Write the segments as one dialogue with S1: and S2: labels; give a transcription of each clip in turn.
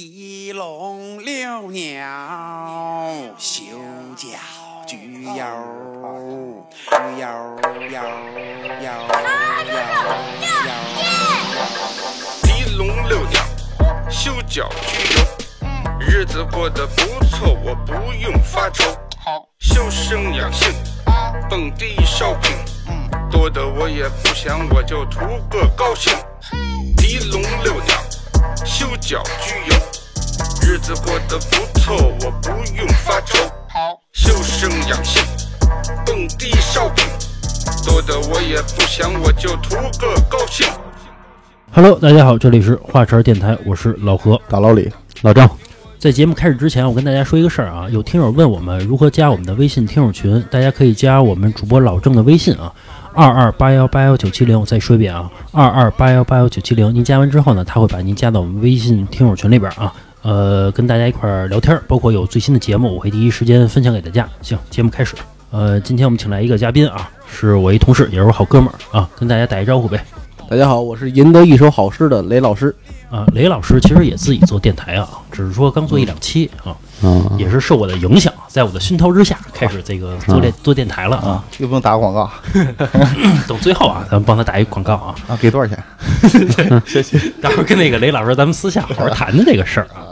S1: 提笼遛鸟，修脚举油，鱼油油油油
S2: 提笼遛鸟，修脚居游，日子过得不错，我不用发愁。修身养性，蹦迪烧饼，多的我也不想，我就图个高兴。提笼遛鸟，修脚居游，日子过得不错，我不用发愁。修身养性，蹦迪烧饼，多的我也不想，我就图个高兴。
S3: Hello，大家好，这里是华晨电台，我是老何，
S4: 大老李，
S3: 老张。在节目开始之前，我跟大家说一个事儿啊，有听友问我们如何加我们的微信听友群，大家可以加我们主播老郑的微信啊，二二八幺八幺九七零。我再说一遍啊，二二八幺八幺九七零。您加完之后呢，他会把您加到我们微信听友群里边啊，呃，跟大家一块儿聊天儿，包括有最新的节目，我会第一时间分享给大家。行，节目开始。呃，今天我们请来一个嘉宾啊，是我一同事，也是我好哥们儿啊，跟大家打一招呼呗。
S4: 大家好，我是赢得一首好诗的雷老师。
S3: 啊，雷老师其实也自己做电台啊，只是说刚做一两期啊，
S4: 嗯，
S3: 也是受我的影响，在我的熏陶之下，开始这个做
S5: 嗯
S3: 电做电台了啊。
S4: 又不用打广告
S3: 等最后啊，咱们帮他打一广告 啊，
S4: 啊，给多少钱？
S3: 待会儿跟那个雷老师咱们私下好好谈谈这个事儿啊。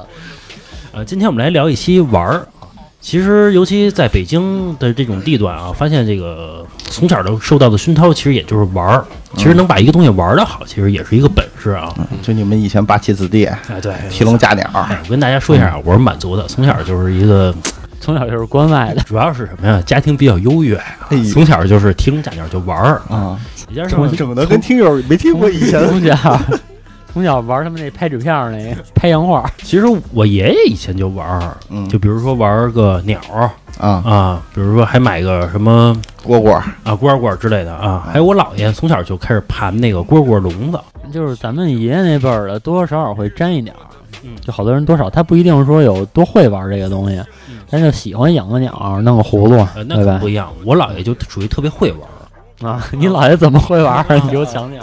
S3: 呃，今天我们来聊一期玩儿啊。其实，尤其在北京的这种地段啊，发现这个从小都受到的熏陶，其实也就是玩儿。其实能把一个东西玩儿的好，其实也是一个本事啊。
S5: 嗯
S4: 就你们以前八旗子弟，
S3: 哎，对，
S4: 提笼架鸟，
S3: 哎，我跟大家说一下啊，我是满族的，从小就是一个，
S5: 从小就是关外的，
S3: 主要是什么呀？家庭比较优越啊
S4: 哎呦，
S3: 从小就是提笼架鸟就玩儿
S4: 啊。
S3: 你家什么？
S4: 整的跟听友没听过 以前
S5: 从小从小玩他们那拍纸片儿那个拍洋画儿，
S3: 其实我爷爷以前就玩儿，
S4: 嗯
S3: 就比如说玩儿个鸟儿
S4: 啊，
S3: 啊，比如说还买个什么
S4: 蝈蝈
S3: 啊蝈蝈之类的
S4: 嗯
S3: 啊。还有我姥爷从小就开始盘那个蝈蝈笼子，
S5: 就是咱们爷爷那辈儿的，多多少少会沾一点儿。
S3: 嗯
S5: 就好多人多少他不一定说有多会玩这个东西，但就喜欢养个鸟儿，弄个葫芦，
S3: 嗯呃，那
S5: 对
S3: 可
S5: 吧
S3: 不？一样。我姥爷就属于特别会玩儿，
S5: 啊，你姥爷怎么会玩儿？啊你给我 讲讲。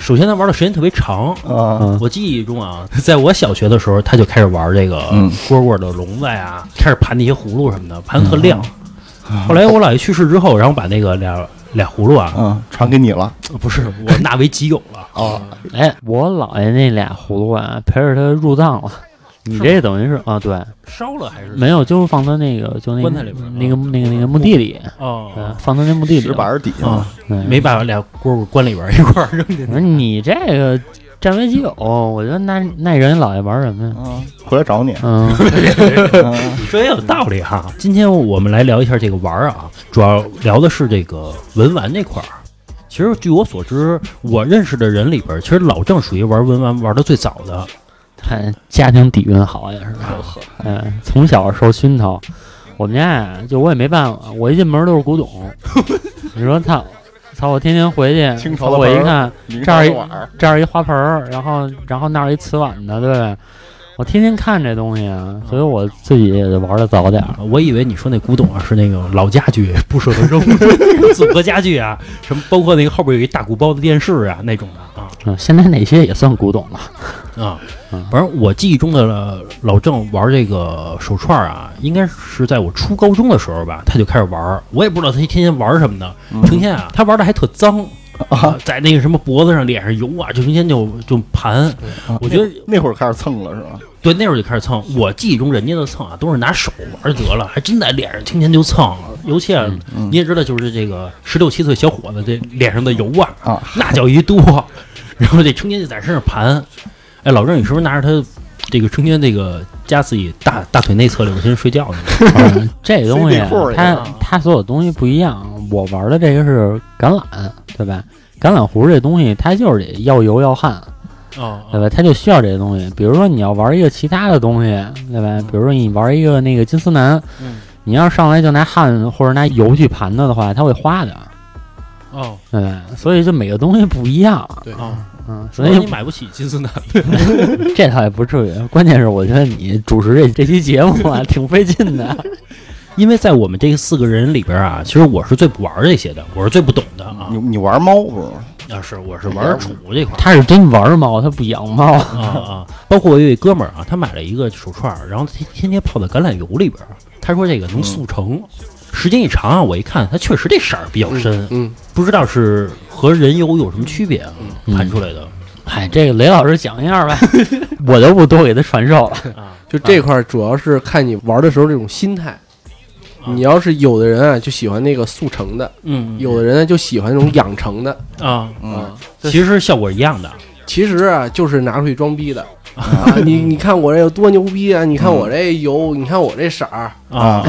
S3: 首先他玩儿的时间特别长，
S4: 啊，
S3: 我记忆中啊，在我小学的时候，他就开始玩这个
S4: 嗯
S3: 蝈蝈的笼子呀，开始盘那些葫芦什么的，盘
S4: 嗯
S3: 得特亮。 后来我姥爷去世之后，然后把那个俩俩葫芦啊，
S4: 嗯，传给你了
S3: 不是我纳为己有了。
S4: 哦，
S5: 哎，我姥爷那俩葫芦啊，陪着他入葬了。你这等于是啊，对，
S3: 烧了还是
S5: 没有，就放他那个就那个
S3: 棺材里边儿啊
S5: 那个那个那个墓地里，嗯，
S3: 哦
S5: 放他那墓地里
S4: 石
S5: 了。
S4: 板儿底
S3: 啊
S4: 下，，
S5: 嗯
S3: 没把俩蝈蝈关里边儿一块儿扔进去。
S5: 我说你这个占为己有，我觉得那那人老爱玩什么呀？
S4: 嗯，回来找你，
S5: 嗯，
S4: 嗯
S3: 你 说也有道理哈。今天我们来聊一下这个玩儿啊，主要聊的是这个文玩这块儿。其实据我所知，我认识的人里边儿，其实老郑属于玩文玩玩的最早的。
S5: 看家庭底蕴好也是，
S3: 哦
S5: 嗯，从小受熏陶。我们家呀，就我也没办法，我一进门都是古董。 你说操，操！我天天回去，
S4: 清
S5: 操
S4: 朝的
S5: 我
S4: 盆儿
S5: 一看，
S4: 明
S5: 这儿
S4: 朝
S5: 一
S4: 的碗儿
S5: 这儿一花盆儿，然后然后那儿一瓷碗的，对吧？我天天看这东西啊，所以我自己也就玩的早点儿。
S3: 啊我以为你说那古董啊是那种老家具，不舍得扔 组合家具啊，什么包括那个后边有一大鼓包的电视啊那种的啊
S5: 嗯，现在哪些也算古董了。
S3: 啊
S5: 嗯，
S3: 反正我记忆中的老郑玩这个手串啊，应该是在我初高中的时候吧，他就开始玩儿，我也不知道他天天玩什么呢，成天啊他玩的还特脏。啊，在那个什么脖子上、脸上油啊，就成天就就盘。我觉得
S4: 那会儿开始蹭了是吧？
S3: 对，那会儿就开始蹭。我记忆中人家的蹭啊，都是拿手玩儿得了，还真在脸上天天就蹭。尤其啊，你也知道，就是这个十六七岁小伙子这脸上的油啊，
S4: 啊
S3: 那叫一多。 然后这成天就在身上盘。哎，老郑，你是不是拿着他这个成天这个夹自己大大腿内侧里边先睡觉呢？
S5: 嗯 这东西
S4: CD 库儿也
S5: 它
S3: 有啊
S5: 它所有东西不一样。我玩的这个是橄榄，对吧？橄榄核这东西它就是得要油要汗，对
S3: 哦，
S5: 吧？它就需要这些东西。比如说你要玩一个其他的东西，对吧？比如说你玩一个那个金丝楠，
S3: 嗯
S5: 你要上来就拿汗或者拿油去盘它的话，它会花的，
S3: 哦，
S5: 对吧？所以就每个东西不一样，
S4: 对
S3: 哦，
S5: 嗯，所
S3: 所以
S5: 以
S3: 你买不起金丝楠。
S5: 这倒也不至于。关键是我觉得你主持这这期节目啊，挺费劲的。
S3: 因为在我
S4: 嗯
S3: 们这四个人里边啊，其实我是最不玩儿这些的，我是最不懂的啊。
S4: 你你玩猫不是吗？
S3: 啊，是我是玩储物这块儿
S5: 他是真玩猫，他不养猫。
S3: 啊啊，包括我有一哥们儿啊，他买了一个手串儿，然后天天天泡在橄榄油里边儿，他说这个能速成。时间一长啊，我一看，它确实这色儿比较深，
S6: 嗯，
S3: 不知道是和人油有什么区别啊，盘出来的。
S5: 哎，这个雷老师讲一 下呗，我就不多给他传授了。
S6: 就这块儿主要是看你玩的时候这种心态。
S3: 啊
S6: 你要是有的人啊，就喜欢那个速成的；
S3: 嗯
S6: 有的人呢，就喜欢那种养成的。
S3: 啊，
S6: 啊，
S3: 其实效果一样的。
S6: 其实啊，就是拿出去装 逼的。啊，你你看我这有多牛逼啊！你看我这油，
S3: 嗯
S6: 你看我这色儿，
S3: 啊
S4: 啊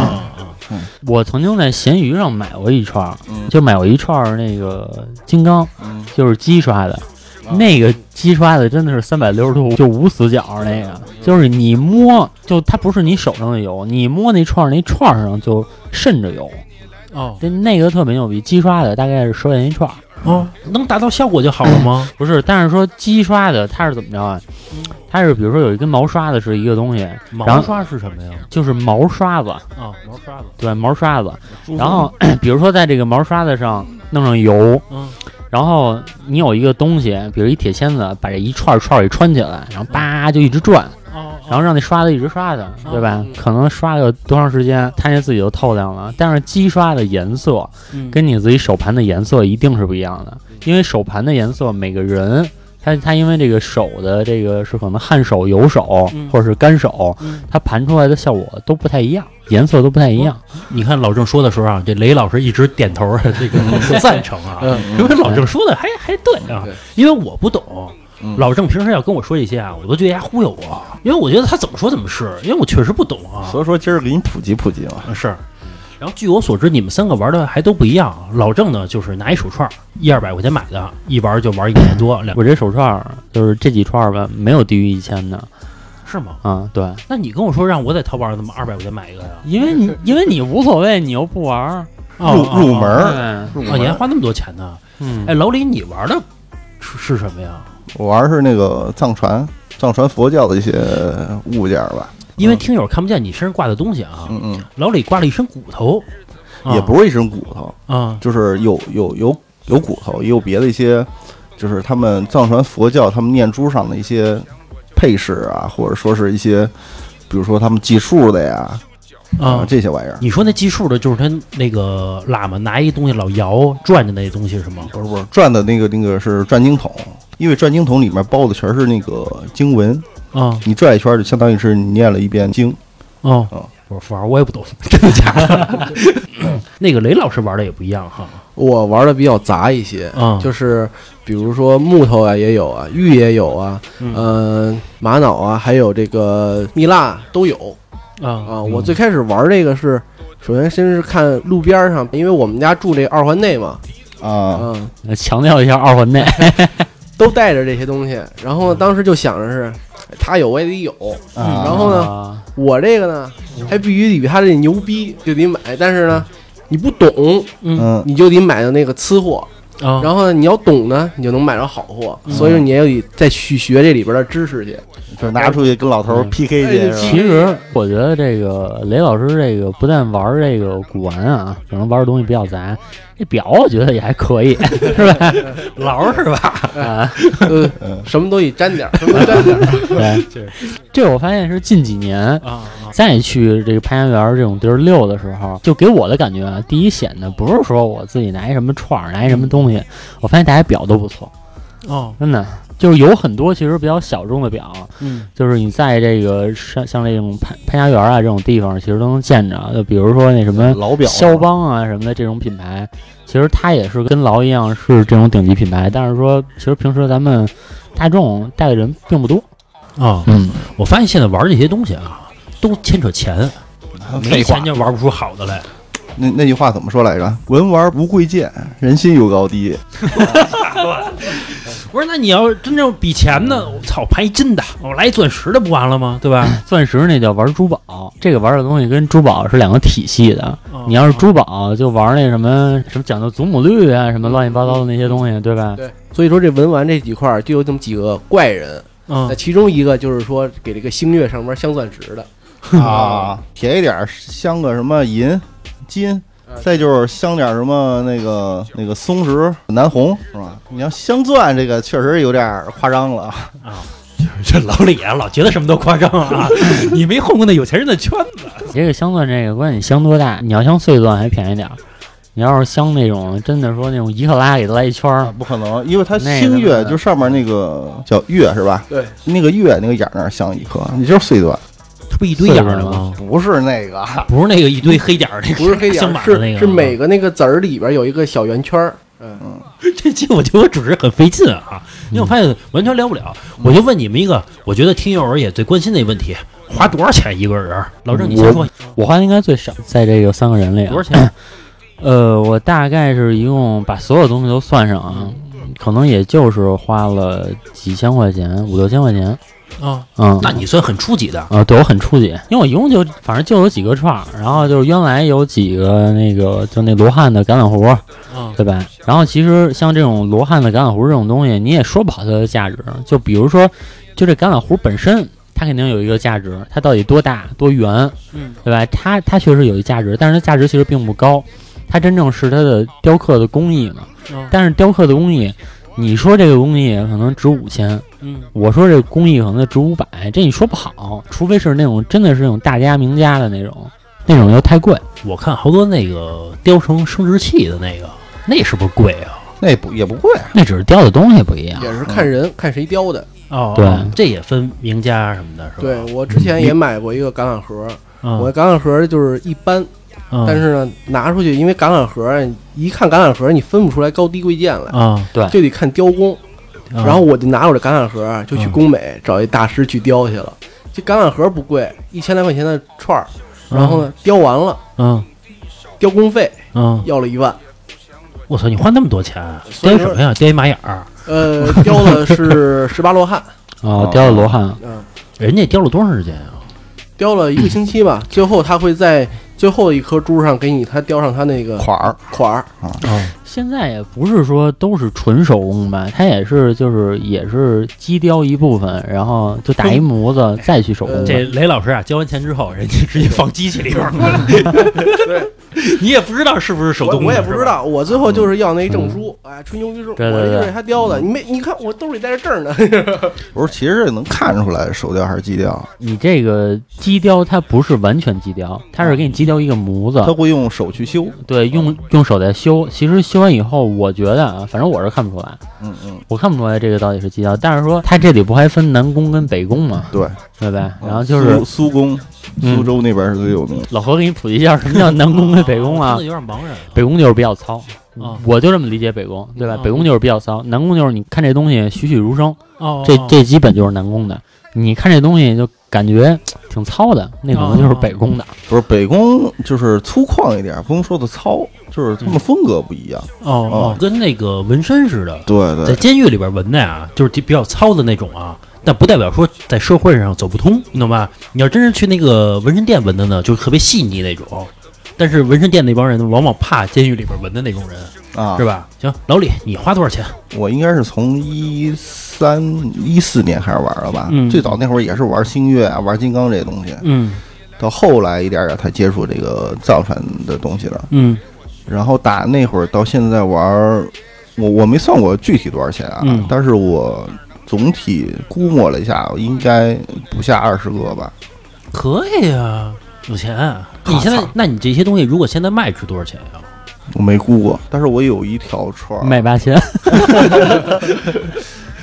S3: 啊
S5: 我曾经在闲鱼上买过一串儿，
S4: 嗯
S5: 就买过一串儿那个金刚，
S4: 嗯啊
S5: 就是鸡刷的，那个鸡刷的真的是三百六十度就无死角儿那
S4: 嗯
S5: 个，就是你摸就它不是你手上的油，你摸那串儿那串儿上就渗着油，
S3: 哦
S5: 那那个特别牛逼，鸡刷的大概是十块钱一串儿，
S3: 哦，能达到效果就好了吗？
S5: 不是，但是说鸡刷的它是怎么着啊？
S4: 嗯
S5: 它是比如说有一根毛刷子是一个东西，然
S3: 毛
S5: 后
S3: 刷是什么呀？
S5: 就是毛刷子，
S3: 啊，毛刷子。
S5: 对，毛刷子。
S3: 嗯
S5: 然
S3: 哦
S5: 后 比如说在这个毛刷子上弄上油，
S3: 嗯
S5: 然后你有一个东西，比如一铁签子，把这一串儿串儿给穿起来，然后叭就一直转，
S3: 哦，
S5: 然后让那刷子一直刷它，对吧？可能刷个多长时间，它那自己就透亮了。但是鸡刷的颜色
S3: 嗯
S5: 跟你自己手盘的颜色一定是不一样的，因为手盘的颜色每个人。他他因为这个手的这个是可能汗手、油手
S3: 嗯
S5: 或者是干手
S3: 嗯，
S5: 它盘出来的效果都不太一样，颜色都不太一样。
S3: 你看老郑说的时候啊，这雷老师一直点头， 这个赞成啊，
S6: 嗯
S3: 因为老郑说的还还对啊
S6: 对，
S3: 因为我不懂。
S4: 嗯
S3: 老郑平时要跟我说这些啊，我都觉得他忽悠我，因为我觉得他怎么说怎么是，因为我确实不懂啊。
S4: 所以说今儿给你普及普及嘛。
S3: 是。然后据我所知，你们三个玩的还都不一样。老郑呢，就是拿一手串儿，一二百块钱买的，一玩就玩一年 多，两
S5: 我这手串儿就是这几串儿吧，没有低于一千的
S3: 是吗？
S5: 啊。对，
S3: 那你跟我说让我在淘宝上怎么二百块钱买一个呀？
S5: 因为你因为你无所谓，你又不玩儿。
S4: 入入门
S5: 对
S4: 儿，，入
S3: 啊，你还
S4: 门，
S3: 花那么多钱呢？
S5: 嗯，
S3: 哎，老李，你玩的是是什么呀？
S4: 我玩儿是那个藏传藏传佛教的一些物件儿吧，
S3: 因为听友看不见你身上挂的东西啊，
S4: 嗯嗯，
S3: 老李挂了一身骨头，啊
S4: 也不是一身骨头，
S3: 啊
S4: 就是有有有有骨头，也有别的一些，就是他们藏传佛教他们念珠上的一些配饰啊，或者说是一些，比如说他们计数的呀
S3: 啊。
S4: 这些玩意儿。
S3: 你说那计数的，就是他那个喇嘛拿一东西老摇转着那东西是吗？
S4: 不是不是，转的那个那个是转经筒，因为转经筒里面包的全是那个经文，
S3: 啊
S4: 你转一圈儿就相当于是你念了一遍经。
S3: 哦
S4: 啊，
S3: 我反正我也 不懂，真的假的？那个雷老师玩的也不一样哈，
S6: 我玩的比较杂一些，
S3: 啊，
S6: 就是比如说木头啊也有啊，玉也有啊，
S3: 嗯
S6: 呃，玛瑙啊，还有这个蜜蜡都有
S3: 啊
S6: 啊。
S4: 嗯
S6: 我最开始玩这个是，首先先是看路边儿上，因为我们家住这二环内嘛，
S4: 啊，
S6: 嗯，
S5: 强调一下二环内，
S6: 都带着这些东西。然后
S4: 嗯
S6: 当时就想着是，他有我也得有，
S4: 啊
S6: 然后呢，
S5: 呢，
S6: 我这个呢还必须得比他这牛逼，就得买。但是呢，你不懂，
S4: 嗯，
S6: 你就得买到那个次货。
S3: 啊，
S6: 然后呢，你要懂呢，你就能买着好货，
S3: 嗯
S6: 所以说你也得再去学这里边的知识 去。
S4: 就是拿出去跟老头儿
S5: 嗯
S4: PK
S6: 哎
S4: 去
S6: 这
S4: 是吧，
S5: 其实我觉得这个雷老师这个不但玩儿这个古玩啊，可能玩儿的东西比较杂，这表我觉得也还可 以，是吧？
S3: 劳是吧？
S5: 啊，
S6: 呃，
S4: 嗯
S6: 什么都得沾点儿，什么都沾点 儿。
S5: 对，这我发现是近几年
S3: 啊啊
S5: 再去这个潘家园儿这种地儿溜的时候，就给我的感觉啊，第一显得不是说我自己拿一什么串儿，拿一什么东西，我发现大家表都不错，
S3: 哦，
S5: 真的就是有很多其实比较小众的表，
S3: 嗯
S5: 就是你在这个像像这种潘潘家园啊这种地方，其实都能见着。就比如说那什么
S4: 老表
S5: 肖邦啊什么的这种品牌，其实它也是跟劳一样是这种顶级品牌，但是说其实平时咱们大众带的人并不多。
S3: 啊，
S5: 嗯，
S3: 我发现现在玩这些东西啊，都牵扯钱，没
S4: 废话
S3: 钱，就玩不出好的来。
S4: 那那句话怎么说来着？文玩无贵贱，人心有高低。
S3: 不是，那你要真正比钱呢？我操，盘一金的，我来一钻石的不完了吗？对吧？
S5: 钻石那叫玩珠宝，这个玩的东西跟珠宝是两个体系的。
S3: 哦
S5: 你要是珠宝，就玩那什么什么讲究祖母绿啊，什么乱七八糟的那些东西，对吧？
S6: 对，所以说这文玩这几块儿就有这么几个怪人，
S3: 嗯
S6: 那其中一个就是说给这个星 月上面镶钻石的，
S4: 啊，便宜点儿镶个什么银、金，再就是镶点什么那个那个松石南红是吧？你要镶钻这个确实有点夸张了啊。
S3: 这老李啊，老觉得什么都夸张 啊！你没混过那有钱人的圈子，
S5: 其实镶钻这个，关键你镶多大，你要镶碎钻还便宜点儿，你要是镶那种真的说那种一克拉给它来一圈
S4: 啊
S5: 儿，
S4: 不可能，因为它
S5: 那
S4: 星
S5: 个
S4: 月就上面那个叫月是吧？
S6: 对，
S4: 那个月那个眼儿那儿镶一颗，你就是碎钻，
S3: 它不一堆眼儿的吗？
S4: 不是那个。
S3: 不是那个一堆黑点儿，那个
S6: 不是 黑点
S3: 镶
S6: 儿，
S3: 满了那
S6: 是
S3: 个，
S6: 是每个那个籽儿里边有一个小圆圈儿。嗯，
S3: 这期我觉得我主持很费劲啊，因为我发现完全聊不了。我就问你们一个，我觉得听友儿也最关心的一个问题：花多少钱一个人儿？老郑，你先说
S5: 我花的应该最少，在这个三个人里啊
S3: 多少钱？
S5: 呃，我大概是一共把所有东西都算上啊，可能也就是花了几千块钱，五六千块钱。
S3: 啊？
S5: 嗯，
S3: 那你算很初级的，
S5: 啊，对我很初级，因为我一共就反正就有几个串儿，然后就是原来有几个那个就那罗汉的橄榄核，
S3: 嗯
S5: 对吧？然后其实像这种罗汉的橄榄核这种东西，你也说不好它的价值。就比如说，就这橄榄核本身，它肯定有一个价值，它到底多大多圆，
S3: 嗯，
S5: 对吧？它它确实有一价值，但是它价值其实并不高。它真正是它的雕刻的工艺嘛，
S3: 嗯
S5: 但是雕刻的工艺，你说这个工艺可能值五千，
S3: 嗯
S5: 我说这工艺可能值五百，这你说不好，除非是那种真的是那种大家名家的那种，那种又太贵。
S3: 我看好多那个雕成生殖器的那个，那是不是贵啊？
S4: 那也不也不贵，
S5: 那只是雕的东西不一样。
S6: 也是看人看谁雕的。
S3: 哦
S5: 对
S3: 哦这也分名家什么的，是吧？
S6: 对我之前也买过一个橄榄核，
S3: 嗯，
S6: 我的橄榄核就是一般，
S3: 嗯
S6: 但是呢拿出去，因为橄榄核一看橄榄核你分不出来高低贵贱来，
S3: 啊，
S5: 对
S6: 就得看雕工。
S3: 啊
S6: 然后我就拿着我的橄榄核就去
S3: 嗯
S6: 工美找一大师去雕去了。这橄榄核不贵，一千来块钱的串儿，然后呢雕完了，
S3: 嗯
S6: 雕工费
S3: 嗯，
S6: 要了一万，
S3: 我操，你花那么多钱
S6: 所
S3: 雕
S6: 以
S3: 什
S6: 说
S3: 么呀？雕一马眼儿，
S6: 呃，雕的 是十八罗汉，
S5: 哦，雕的罗汉，
S6: 嗯，
S3: 人家雕了多长时间啊？
S6: 雕了一个星期吧，最后他会在最后一颗珠上给你他雕上他那个
S4: 款儿
S6: 款儿，
S5: 现在也不是说都是纯手工吧，它也是就是也是机雕一部分，然后就打一模子再去手工
S6: 呃
S5: 吧。
S3: 这雷老师啊，交完钱之后，人家直接放机器里边儿， 你也不知道是不是手
S6: 我
S3: 动的，
S6: 我也不知
S3: 是吧。
S6: 道，我最后就是要那证书，哎，吹牛逼说，我
S5: 对对
S6: 这
S5: 对
S6: 就是他雕的，你没你看我兜里带着证儿呢，
S4: 不是，其实也能看出来手雕还是机雕，
S5: 你这个机雕它不是完全机雕，它是给你机雕一个模子，
S4: 他会用手去修。
S5: 对，用用手在修。其实修完以后，我觉得啊，反正我是看不出来，
S4: 嗯嗯，
S5: 我看不出来这个到底是机雕。但是说它这里不还分南宫跟北宫吗？
S4: 对。
S5: 对吧？然后哦就是
S4: 苏苏宫，
S5: 嗯
S4: 苏州那边是最有名。
S5: 老何给你普及一下什么叫南宫跟北宫
S3: 哦真
S5: 啊
S3: 的？有点茫然。
S5: 北宫就是比较糙
S3: 啊，
S5: 我就这么理解北宫，对吧
S3: 嗯？
S5: 北宫就是比较糙，南宫就是你看这东西栩栩如生，
S3: 哦
S5: 这这基本就是南宫的。你看这东西就感觉挺糙的，那可能就是北宫的。
S4: 不是北宫，就是粗犷一点，不用说的糙，就是他们风格不一样。
S3: 哦哦，跟那个纹身似的，
S4: 对
S3: 在
S4: 对，
S3: 监狱里边纹的啊，就是比较糙的那种啊，但不代表说在社会上走不通，你懂吧？你要真是去那个纹身店纹的呢，就是特别细腻那种。但是纹身店那帮人往往怕监狱里边纹的那种人，
S4: 啊
S3: 是，吧？行，老李，你花多少钱？
S4: 我应该是从一三一四年开始玩了吧
S3: 嗯？
S4: 最早那会儿也是玩星月啊，玩金刚这些东西，
S3: 嗯
S4: 到后来一点点才接触这个藏传的东西了。
S3: 嗯
S4: 然后打那会儿到现在玩儿，我我没算过具体多少钱啊，
S3: 嗯
S4: 但是我总体估摸了一下，应该不下二十个吧。
S3: 可以啊，有钱啊。你现在，那你这些东西如果现在卖值多少钱啊呀、
S4: 我没估过，但是我有一条串儿，
S5: 卖八 千，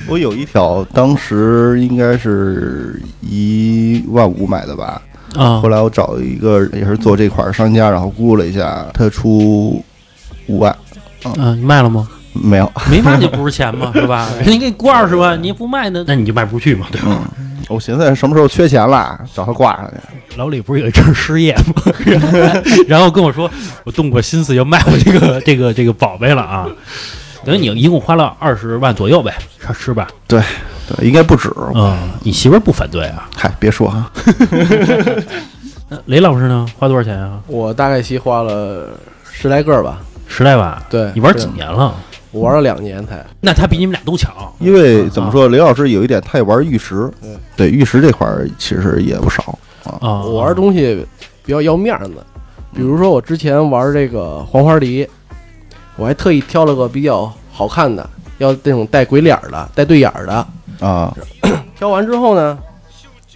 S4: 我有一条，当时应该是一万五买的吧。
S3: 啊？
S4: 后来我找一个也是做这块儿商家，然后估了一下，他出五万，
S3: 嗯、你卖了吗？
S4: 没有。
S3: 没卖就不是钱 嘛，是吧？人家给你过二十万，你不卖呢，那你就卖不出去嘛，对吧？
S4: 我寻思什么时候缺钱了，找他挂上去。
S3: 老李不是有一阵儿失业 吗？然后然后跟我说，我动过心思要卖我这 个这个这个宝贝了啊。等于你一共花了二十万左右呗，是是吧？
S4: 对，应该不止。
S3: 嗯，你媳妇儿不反对啊？
S4: 嗨，别说啊，
S3: 那雷老师呢？花多少钱啊？
S6: 我大概西花了十来个儿吧，
S3: 十来万。
S6: 对
S3: 你玩
S6: 是
S3: 几年了？
S6: 我玩了两年才，
S3: 那他比你们俩都强。
S4: 因为怎么说，雷老师有一点，他也玩玉石，对玉石这块儿其实也不少。
S3: 啊，
S6: 我玩东西比较要面子，比如说我之前玩这个黄花梨，我还特意挑了个比较好看的，要那种带鬼脸儿的、带对眼儿的。
S4: 啊，
S6: 挑完之后呢，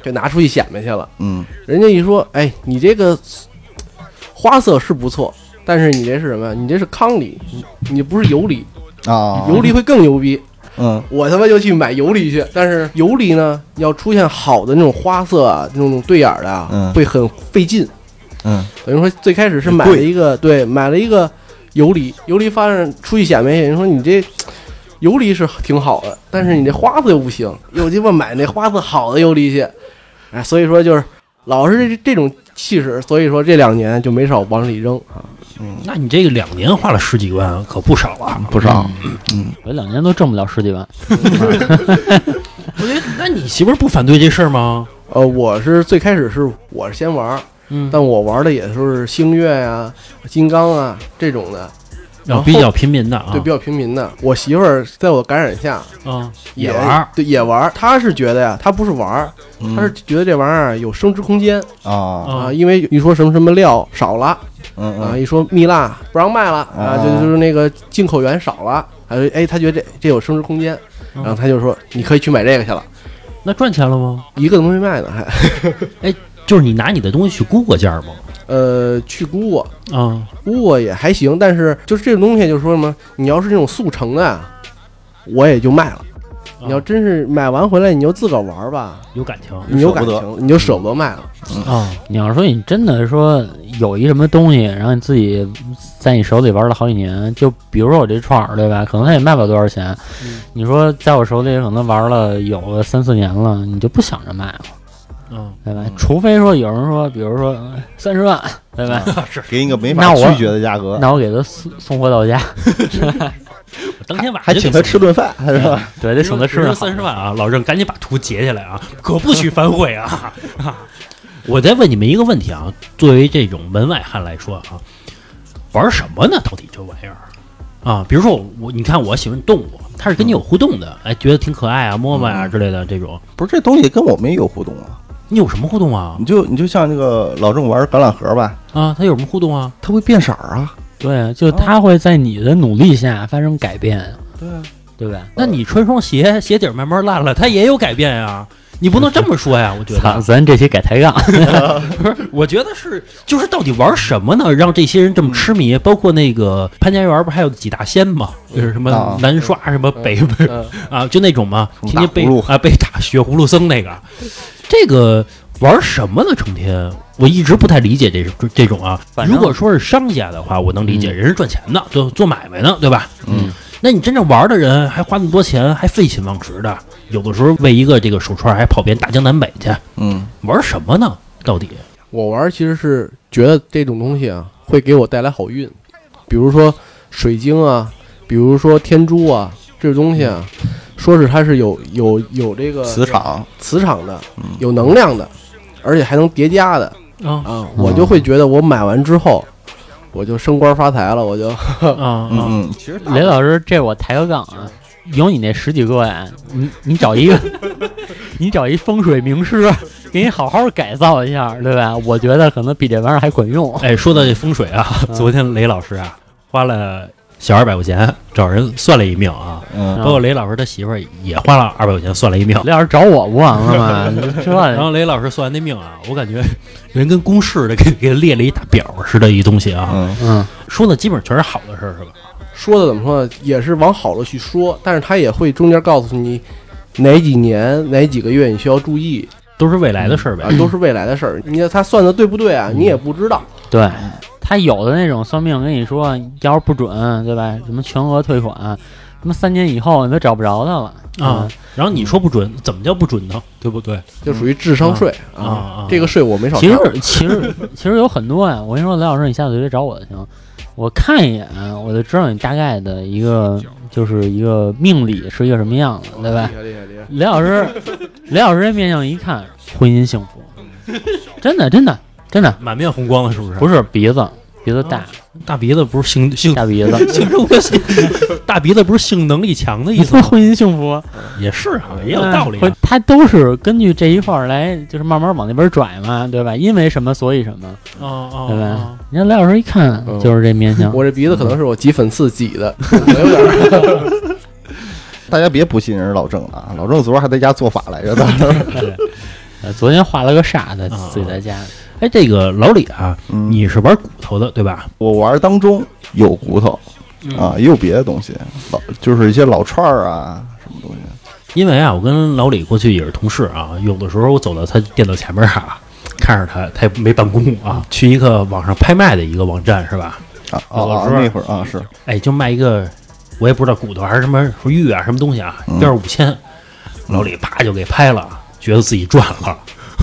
S6: 就拿出去显摆去了。
S4: 嗯，
S6: 人家一说，哎，你这个花色是不错，但是你这是什么呀？你这是康梨，你你不是游梨，
S4: 啊，
S6: 游梨会更牛逼。
S4: 嗯，
S6: 我他妈就去买游梨去，但是游梨呢，要出现好的那种花色啊，那种对眼儿的啊，
S4: 嗯
S6: 会很费劲。
S4: 嗯
S6: 等于说最开始是买了一个，对，买了一个游离，游离发现出去显摆去，人说你这游离是挺好的，但是你这花色又不行，又鸡巴买那花色好的游离去，哎，所以说就是老是这这种气势，所以说这两年就没少往里扔啊。
S3: 那你这个两年花了十几万，可不少啊！
S4: 不少，
S5: 我两年都挣不了十几万，
S3: 不是，那你媳妇儿不反对这事儿吗？
S6: 呃，我是最开始是我是先玩，
S3: 嗯，
S6: 但我玩的也就是星月呀、金刚啊这种的，
S3: 要
S6: 然后
S3: 比较平民的啊，
S6: 对，比较平民的。我媳妇儿在我感染下
S3: 啊，也玩儿，
S6: 对，也玩儿。她是觉得呀，她不是玩儿，
S4: 嗯
S6: 她是觉得这玩意儿有升值空间
S4: 啊，
S3: 啊
S6: 啊，因为一说什么什么料少了
S4: 嗯
S6: 啊，
S4: 嗯
S6: 一说蜜蜡不让卖了
S3: 哦
S6: 啊，
S4: 啊
S6: 就就是那个进口源少了，还有哎，她觉得这这有升值空间，
S3: 嗯
S6: 然后她就说你可以去买这个去了，
S3: 那赚钱了吗？
S6: 一个都没卖呢，还
S3: 就是你拿你的东西去估个价吗？
S6: 呃去估我
S3: 啊，
S6: 估我也还行，但是就是这种东西就是说什么，你要是那种速成的啊，我也就卖了。你要真是买完回来，你就自个儿玩儿吧，
S3: 有感情
S6: 你有感
S4: 舍
S6: 情，你就舍不得卖了。
S3: 啊，
S5: 你要说你真的说有一什么东西，然后你自己在你手里玩了好几年，就比如说我这串儿，对吧？可能它也卖不了多少钱。你说在我手里可能玩了有个三四年了，你就不想着卖了，
S3: 嗯，
S5: 对吧？除非说有人说，比如说哎三十万，对吧？
S4: 给你一个没法
S5: 那我
S4: 拒绝的价格，
S5: 那我给他送送货到家，
S3: 我当天晚
S4: 还
S3: 上
S4: 请他吃
S3: 顿，
S4: 顿饭是吧？
S5: 对，得请他吃
S3: 人说
S5: 顿好
S3: 三十万啊！老郑，赶紧把图截下来啊，可不许反悔啊！ 我再问你们一个问题啊，作为这种门外汉来说啊，玩什么呢？到底这玩意儿啊？比如说我，我你看我喜欢动物，啊它是跟你有互动的，哎，觉得挺可爱啊，摸摸啊之类的这种，
S4: 不是，这东西跟我们也有互动啊。
S3: 你有什么互动啊？
S4: 你就你就像那个老郑玩橄榄核吧，
S3: 啊，它有什么互动啊？
S4: 它会变色儿啊。
S5: 对，就他会在你的努力下发生改变，
S4: 对啊，
S5: 对吧？
S3: 那你穿双鞋，鞋底儿慢慢烂了，它也有改变呀、啊你不能这么说呀，我觉
S5: 操，
S3: 得，
S5: 咱这期改抬杠，
S3: 我觉得是，就是到底玩什么呢，让这些人这么痴迷？包括那个潘家园不还有几大仙嘛，就是什么
S4: 啊
S3: 南刷什么北不是
S6: 嗯，
S3: 啊，就那种嘛，
S4: 么
S3: 天
S4: 打
S3: 天被
S4: 葫芦
S3: 啊被打血葫芦僧那个，这个玩什么呢？成天，我一直不太理解这种这种啊。
S5: 反正
S3: 如果说是商家的话，我能理解，
S5: 嗯
S3: 人是赚钱的，做做买卖呢，对吧？
S5: 嗯，
S3: 那你真正玩的人还花那么多钱，还废寝忘食的，有的时候为一个这个手串还跑遍大江南北去，
S4: 嗯，
S3: 玩什么呢？到底
S6: 我玩儿其实是觉得这种东西啊，会给我带来好运，比如说水晶啊，比如说天珠啊，这东西啊，说是它是有有有这个
S4: 磁场，
S6: 磁场的，有能量的，而且还能叠加的
S3: 啊
S6: 啊，我就会觉得我买完之后，我就升官发财了，我就
S3: 啊啊！
S4: 嗯嗯，其实
S5: 雷老师，这我抬个杠啊，有你那十几个呀，你你找一个， 你找一风水名师，给你好好改造一下，对吧？我觉得可能比这玩意儿还管用。
S3: 哎，说到这风水啊， 昨天雷老师啊花了小二百块钱找人算了一命啊，
S4: 嗯
S3: 包括雷老师他媳妇儿也花了二百块钱算了一命。
S5: 雷老师找我不完了吗？ 你就
S3: 然
S5: 这
S3: 后雷老师算完那命啊，我感觉人跟公式的 给给列了一大表似的，一东西啊，
S4: 嗯
S5: 嗯，
S3: 说的基本全是好的事儿是吧？
S6: 说的怎么说呢，也是往好了去说，但是他也会中间告诉你哪几年哪几个月你需要注意
S3: 嗯都是未来的事儿呗
S6: 啊，。都是未来的事儿，你他算的对不对啊，你也不知道。
S5: 对。他有的那种算命跟你说，要是不准，对吧？什么全额退款，什么三年以后你都找不着他了
S3: 啊！然后你说不准，怎么叫不准呢？对不对？
S6: 就属于智商税
S3: 啊啊
S6: 这个税我没少
S5: 其
S6: 交。
S5: 实其 实其实有很多呀、我跟你说，雷老师，你下次直接找我就行。我看一眼，我就知道你大概的一个就是一个命理是一个什么样子，对吧？
S6: 害厉害厉害！
S5: 雷老师，雷老师这面相一看，
S3: 嗯
S5: 婚姻幸福，真的真的真的
S6: 嗯
S3: 满面红光了，是不是？
S5: 不是鼻子，鼻子大，
S3: 大鼻子不是性性，
S5: 大鼻子
S3: 性生活性， 大鼻子不是性能力强的意思吗？
S5: 婚姻幸福
S3: 也是啊，也有道理啊、
S5: 嗯它都是根据这一块儿来，就是慢慢往那边拽嘛，对吧？因为什么，所以什么，
S3: 哦哦
S5: 对吧
S3: 哦，？
S5: 人家雷老师一看
S6: 嗯
S5: 就是这面相，
S6: 我这鼻子可能是我挤粉刺挤的，我有点儿
S4: 大家别不信人是老郑了啊，老郑昨儿还在家做法来着呢。
S5: 呃昨天画了个煞在
S3: 啊
S5: 自己在家里，
S3: 哎，这个老李啊，
S4: 嗯
S3: 你是玩骨头的对吧？
S4: 我玩儿当中有骨头啊，也有别的东西，老就是一些老串儿啊，什么东西。
S3: 因为啊，我跟老李过去也是同事啊，有的时候我走到他电脑前面啊，看着他，他也没办公啊，去一个网上拍卖的一个网站是吧？
S4: 啊
S3: 有的
S4: 啊！
S3: 时候
S4: 那会儿啊是，
S3: 哎，就卖一个，我也不知道骨头还是什么什么玉啊，什么东西啊，一边五千，老李啪就给拍了，觉得自己赚了。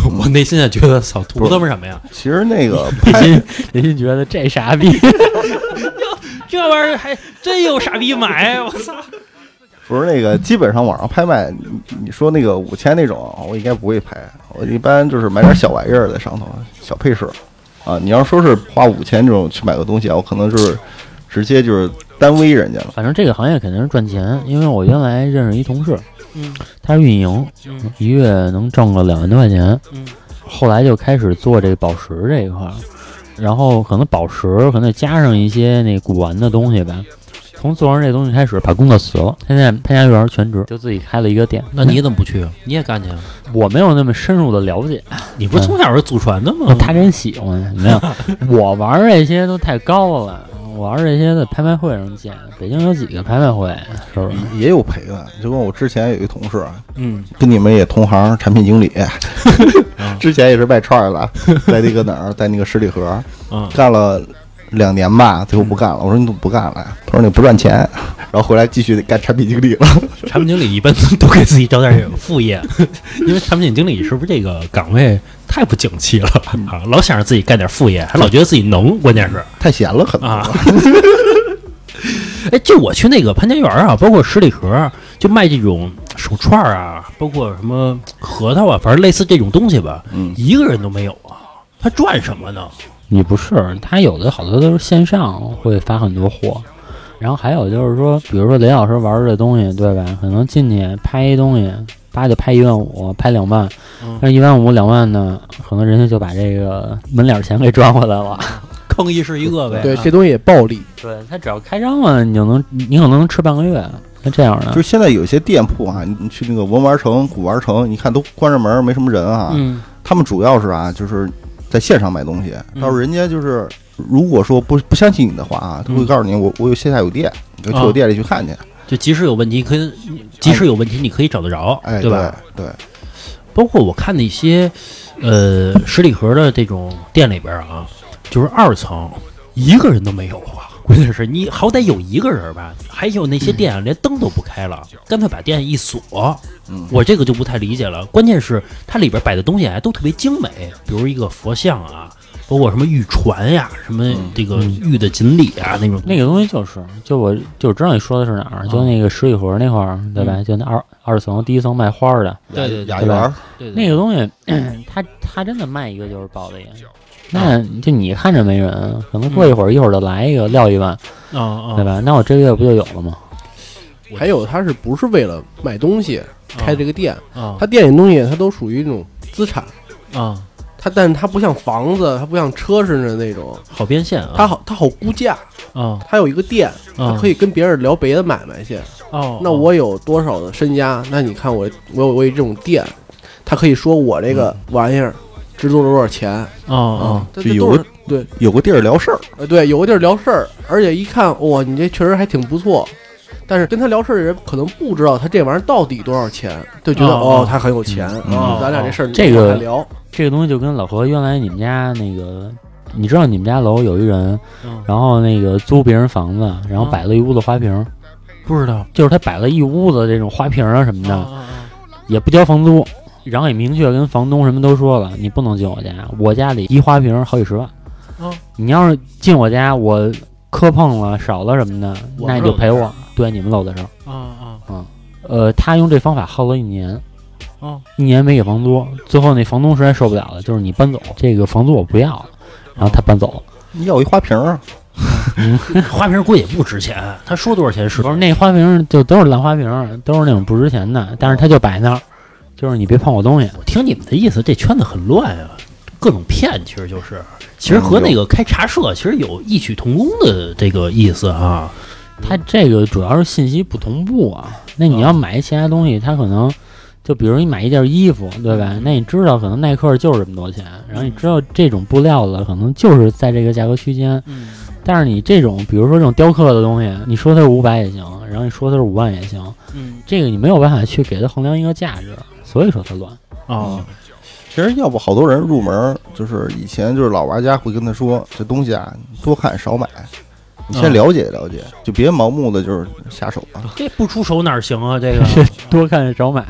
S3: 我内心也啊觉得，操，图他妈什么呀？
S4: 其实那个
S5: 内
S4: 拍
S5: 心内心觉得这傻逼，
S3: 这玩意儿还真有傻逼买，啊我操！
S4: 不是那个，基本上网上拍卖，你你说那个五千那种，我应该不会拍，我一般就是买点小玩意儿在上头，小配饰啊。你要说是花五千这种去买个东西啊，我可能就是直接就是单威人家了。
S5: 反正这个行业肯定是赚钱，因为我原来认识一同事，
S3: 嗯，
S5: 他是运营，
S3: 嗯
S5: 一月能挣个两万多块钱，
S3: 嗯，
S5: 后来就开始做这个宝石这一块儿，然后可能宝石可能加上一些那古玩的东西吧。从做完这东西开始，把工作辞了。现在潘家园全职，就自己开了一个店。
S3: 那你怎么不去啊？你也干去啊？
S5: 我没有那么深入的了解，
S3: 你不是从小是祖传的吗？
S5: 他真喜欢没有？我玩这些都太高了，我玩这些在拍卖会上见。北京有几个拍卖会，是不是？
S4: 也有赔的，就跟我之前有一同事，
S3: 嗯，
S4: 跟你们也同行，产品经理， 之前也是卖串儿的，在那个哪儿，在那个十里河
S3: 嗯，
S4: 干了两年吧，最后不干了。我说你怎么不干了呀？他说你不赚钱，然后回来继续干产品经理了。
S3: 产品经理一般都给自己找点副 业，因为产品经理是不是这个岗位太不景气了啊？老想着自己干点副业，还老觉得自己能，关键是
S4: 太闲了，很多。
S3: 啊。哎，就我去那个潘家园啊，包括十里河，就卖这种手串儿啊，包括什么核桃啊，反正类似这种东西吧，
S4: 嗯
S3: 一个人都没有啊，他赚什么呢？
S5: 也不是，他有的好多都是线上会发很多货，然后还有就是说，比如说雷老师玩这东西，对吧？可能进去拍一东西，叭就拍一万五，拍两万
S3: 嗯，
S5: 但是一万五两万呢，可能人家就把这个门脸钱给赚回来了。
S3: 坑一是一个呗。
S6: 对，
S3: 啊
S6: 这东西也暴利，
S5: 对他只要开张了，你就能，你可能能吃半个月。那这样
S4: 就
S5: 的，
S4: 是现在有些店铺啊，你去那个文玩城、古玩城，你看都关着门儿，没什么人啊。
S5: 嗯，
S4: 他们主要是啊，就是在线上买东西。
S5: 嗯
S4: 到时候人家就是，如果说不不相信你的话啊，他会
S3: 嗯
S4: 告诉你我我有线下有店，你就去
S3: 啊
S4: 我店里去看去。
S3: 就即使有问题，可以即使有问题，你可以找得着，
S4: 哎，
S3: 对
S4: 对
S3: 吧？
S4: 对，
S3: 包括我看的一些，呃，十里河的这种店里边儿啊，就是二层一个人都没有啊。关键是你好歹有一个人吧，还有那些店啊，连灯都不开了，干脆把店一锁。
S4: 嗯
S3: 我这个就不太理解了。关键是它里边摆的东西还啊都特别精美，比如一个佛像啊，包括什么玉船呀、什么这个
S6: 嗯
S3: 玉的锦鲤啊那种。
S5: 那个东西就是，就我就知道你说的是哪儿，就那个十里河那块儿，对吧？就那二二层第一层卖花儿的，
S3: 对对对
S4: 雅
S5: 对
S4: 园
S5: 吧
S4: 儿
S3: 对
S5: 那个东西， 它它真的卖一个就是暴利。那就你看着没人，可能过一会儿一会儿就来一个撂一万，
S3: 啊啊，
S5: 对吧？那我这个月不就有了吗？
S3: 我
S6: 还有他是不是为了卖东西开这个店？
S3: 啊
S6: 他店里东西它都属于那种资产，
S3: 啊，
S6: 它但它不像房子，它不像车似的那种，
S3: 好变现啊，
S6: 它好它好估价，
S3: 啊
S6: 它有一个店，它
S3: 啊
S6: 可以跟别人聊别的买卖去。
S3: 哦，
S6: 那我有多少的身家？那你看我我有我有这种店，他可以说我这个
S3: 嗯
S6: 玩意儿值多少多少钱
S3: 哦哦
S6: 啊？。这
S4: 就
S6: 这
S4: 有
S6: 都是
S4: 个
S6: 对
S4: 有个地儿聊事儿，
S6: 呃对，有个地儿聊事儿，而且一看哇，你这确实还挺不错。但是跟他聊事儿的人可能不知道他这玩意儿到底多少钱，就觉得
S3: 哦
S6: 哦他很有钱，
S3: 嗯
S6: 哦咱俩这事儿
S5: 这个
S6: 往下聊，
S5: 这个东西就跟老何原来你们家那个，你知道你们家楼有一人，
S3: 嗯
S5: 然后那个租别人房子，然后摆了一屋子花瓶，
S3: 不知道
S5: 就是他摆了一屋子这种花瓶啊什么的，
S3: 啊
S5: 也不交房租，然后也明确跟房东什么都说了，你不能进我家，我家里一花瓶好几十万。
S3: 哦
S5: 你要是进我家，我磕碰了、少了什么的，
S3: 我
S5: 那你
S3: 漏
S5: 就
S3: 的
S5: 赔
S3: 事
S5: 我。对，你们漏的事儿。
S3: 啊啊
S5: 呃，他用这方法耗了一年，
S3: 哦
S5: 一年没给房租，最后那房东实在受不了了，就是你搬走，这个房租我不要了，然后他搬走了。
S3: 啊
S4: 你要一花瓶儿，
S3: 花瓶贵也不值钱，他说多少钱是
S5: 不是那花瓶就都是烂花瓶，都是那种不值钱的，但是它就摆那儿，就是你别碰我东西。
S3: 我听你们的意思，这圈子很乱啊，各种骗，其实就是，其实和那个开茶社其实有异曲同工的这个意思啊。
S5: 它这个主要是信息不同步啊。那你要买其他东西，它可能就比如你买一件衣服，对吧？那你知道可能耐克就是这么多钱，然后你知道这种布料子可能就是在这个价格区间。但是你这种，比如说这种雕刻的东西，你说它是五百也行，然后你说它是五万也行，
S3: 嗯，
S5: 这个你没有办法去给它衡量一个价值，所以说它乱。
S4: 哦
S3: 啊，
S4: 其实要不好多人入门，就是以前就是老玩家会跟他说，这东西啊，多看少买，你先
S3: 嗯
S4: 了解了解，就别盲目的就是下手啊。
S3: 这不出手哪行啊？这个
S5: 多看少买，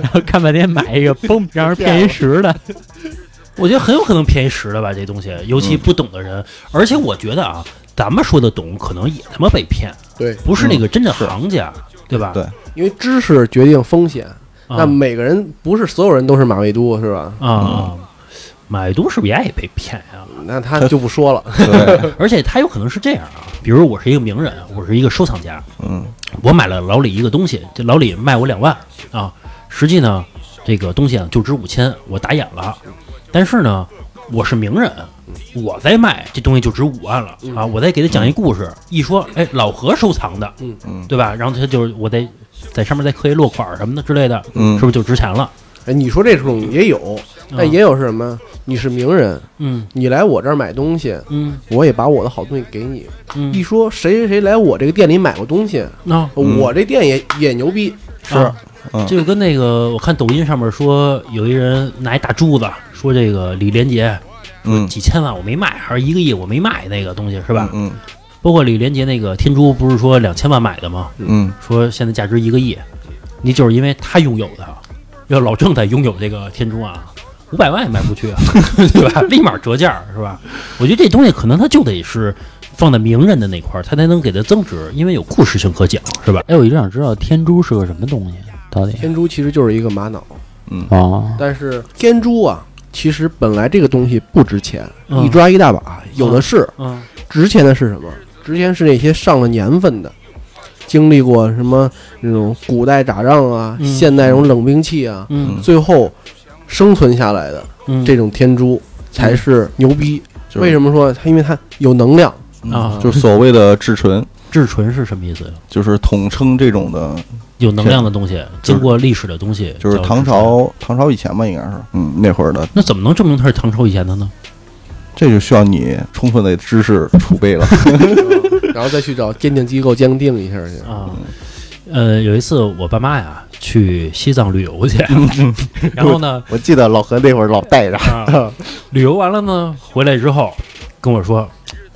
S5: 然后看半天买一个，嘣，让人骗一十的。
S3: 我觉得很有可能便宜十的吧，这东西，尤其不懂的人。而且我觉得啊，咱们说的懂，可能也他妈被骗，
S6: 对，
S3: 不是那个真正
S4: 是
S3: 行家，对吧？
S4: 对
S6: 因为知识决定风险。
S3: 啊
S6: 那每个人不是所有人都是马未都，是吧？
S3: 啊，买东是不是也被骗啊呀、
S6: 那他就不说 了。
S4: 对，
S3: 而且他有可能是这样啊，比如我是一个名人，我是一个收藏家，
S4: 嗯，
S3: 我买了老李一个东西，这老李卖我两万啊，实际呢，这个东西啊就值五千，我打眼了，但是呢，我是名人，我在卖这东西就值五万了
S4: 嗯
S3: 啊，我再给他讲一故事，一说，哎，老何收藏的，
S6: 嗯
S4: 嗯
S3: 对吧？然后他就是我在在上面再刻一落款什么的之类的，
S4: 嗯
S3: 是不是就值钱了？
S6: 哎，你说这种也有，但也有是什么？你是名人，
S3: 啊嗯
S6: 你来我这儿买东西，
S3: 嗯
S6: 我也把我的好东西给你。一
S3: 嗯，
S6: 说谁谁谁来我这个店里买过东西，
S3: 那、
S4: 嗯
S6: 我这店也也牛逼。啊
S3: 是，
S4: 嗯
S3: 这就跟那个我看抖音上面说，有一人拿一大珠子，说这个李连杰
S4: 嗯
S3: 几千万我没卖，还是一个亿我没卖那个东西是吧？
S4: 嗯
S3: 包括李连杰那个天珠不是说两千万买的吗？
S4: 嗯，
S3: 说现在价值一个亿，你就是因为他拥有的，要老郑才拥有这个天珠啊，五百万也卖不出去啊， 对吧？立马折价是吧？我觉得这东西可能它就得是放在名人的那块儿，它才能给它增值，因为有故事性可讲是吧？
S5: 哎，我一直想知道天珠是个什么东西，到底？
S6: 天珠其实就是一个玛瑙，
S5: 哦，
S6: 但是天珠啊，其实本来这个东西不值钱，
S3: 嗯
S6: 一抓一大把，有的是。
S3: 嗯
S6: 值钱的是什么？值钱是那些上了年份的，经历过什么那种古代打仗啊，
S3: 嗯
S6: 现代这种冷兵器啊，
S3: 嗯
S6: 最后生存下来的
S3: 嗯，
S6: 这种天珠才是牛逼。
S4: 就是嗯
S6: 为什么说它？因为它有能 量。
S3: 啊
S4: 就是所谓的至纯，
S3: 至纯是什么意思呀？
S4: 就是统称这种的，
S3: 有能量的东西，经过历史的东西，
S4: 就是
S3: 叫
S4: 唐。朝唐朝以前吧，应该是，嗯，那会儿的，
S3: 那怎么能证明它是唐朝以前的呢？
S4: 这就需要你充分的知识储备了。
S6: 然后再去找鉴定机构鉴定一下去。
S4: 嗯
S3: 啊，呃，有一次我爸妈呀去西藏旅游 去，然后呢，
S4: 我记得老何那会儿老带着，
S3: 啊，旅游完了呢，回来之后跟我说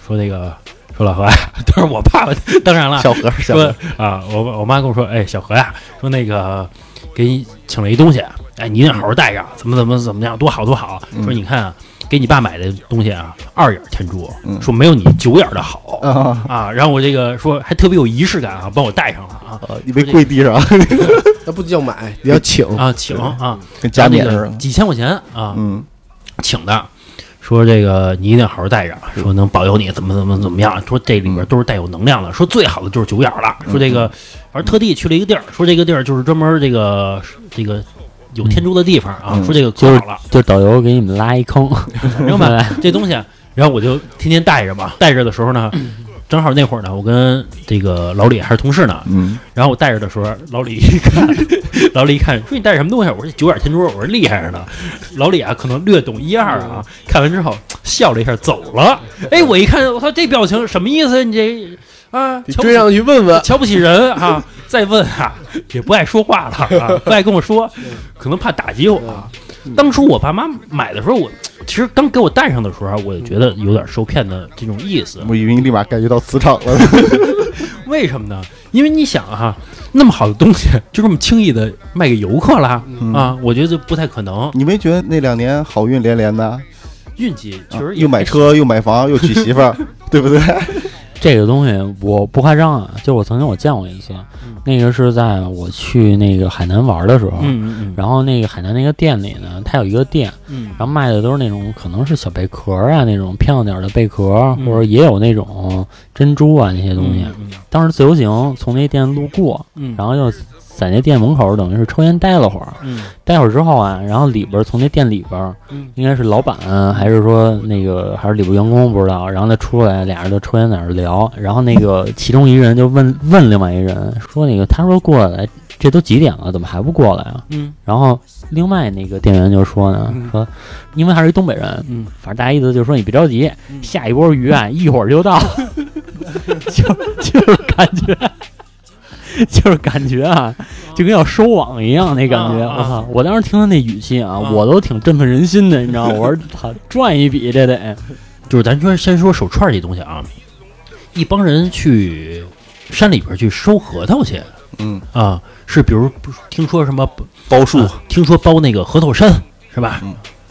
S3: 说那个说老何啊， 当然我爸爸当然了，
S4: 小何小
S3: 说
S4: 何，
S3: 啊，我我妈跟我说，哎，小何呀、说那个给你请了一东西，哎，你一定好好带着，怎么怎么怎么样，多好多好。
S4: 嗯
S3: 说你看啊，给你爸买的东西啊，二眼天珠，
S4: 嗯
S3: 说没有你九眼的好
S4: 啊
S3: 啊。然后我这个说还特别有仪式感啊，帮我带上了啊
S4: 呃你没跪地上，
S6: 那不叫买，你要请。
S3: 啊，请啊，
S4: 跟加冕
S3: 然后
S4: 似
S3: 那个
S4: 的。
S3: 几千块钱啊，
S4: 嗯
S3: 请的。说这个你一定好好带着，说能保佑你怎么怎么怎么样。说这里
S4: 嗯
S3: 边都是带有能量的，说最好的就是九眼了。说这个，反正特地去了一个地儿，说这个地儿就是专门这个这个有天珠的地方啊。
S4: 嗯
S3: 说这个
S5: 就
S3: 可
S5: 是
S3: 好了，
S5: 就导游给你们拉一 坑，
S3: 反正吧，这东西，然后我就天天带着嘛。带着的时候呢，正好那会儿呢，我跟这个老李还是同事呢。
S4: 嗯，
S3: 然后我带着的时候，老李一看，老李一看说你带着什么东西？我说这九眼天珠，我说厉害着呢。老李啊，可能略懂一二啊，看完之后笑了一下，走了。哎，我一看，我操，这表情什么意思？你这啊，
S6: 你
S3: 瞧不
S6: 追
S3: 起
S6: 上去 问问，
S3: 瞧不起人啊！再问啊，也不爱说话了啊，不爱跟我说，可能怕打击我啊。当初我爸妈买的时候，我其实刚给我带上的时候啊，我就觉得有点受骗的这种意思。
S4: 我以为你立马感觉到磁场了。
S3: 为什么呢？因为你想啊，那么好的东西就这么轻易的卖给游客了、啊，我觉得不太可能。
S4: 你没觉得那两年好运连连的？
S3: 运气确实
S4: 啊
S3: 也
S4: 又买车又买房又娶媳妇儿，对不对？
S5: 这个东西我不夸张啊，就我曾经我见过一次，
S3: 嗯
S5: 那个是在我去那个海南玩的时候，
S3: 嗯嗯
S5: 然后那个海南那个店里呢，它有一个店，
S3: 嗯
S5: 然后卖的都是那种可能是小贝壳啊，那种漂亮点的贝壳，
S3: 嗯
S5: 或者也有那种珍珠啊那些东西。当时自由行从那店路过，
S3: 嗯，
S5: 然后就在那店门口等于是抽烟待了会儿，
S3: 嗯
S5: 待会儿之后啊，然后里边儿从那店里边儿
S3: 嗯，
S5: 应该是老板啊还是说那个还是里边员工不知道，然后他出来，俩人就抽烟在那儿聊，然后那个其中一人就问问另外一人说那个他说过来，这都几点了，怎么还不过来啊？
S3: 嗯，
S5: 然后另外那个店员就说呢，说因为还是一东北人，
S3: 嗯，
S5: 反正大家意思就是说你别着急，下一波鱼 啊一会儿就到， 就就是感觉。 就是感觉啊，就跟要收网一样那感觉，
S3: 啊啊
S5: 我操！我当时听他那语气啊，
S3: 啊
S5: 我都挺振奋人心的，你知道吗？我说 操，赚一笔这得，
S3: 就是咱说先说手串这东西啊，一帮人去山里边去收核桃去，
S4: 嗯
S3: 啊，是比如听说什么
S4: 包树
S3: 啊听说包那个核桃山是吧？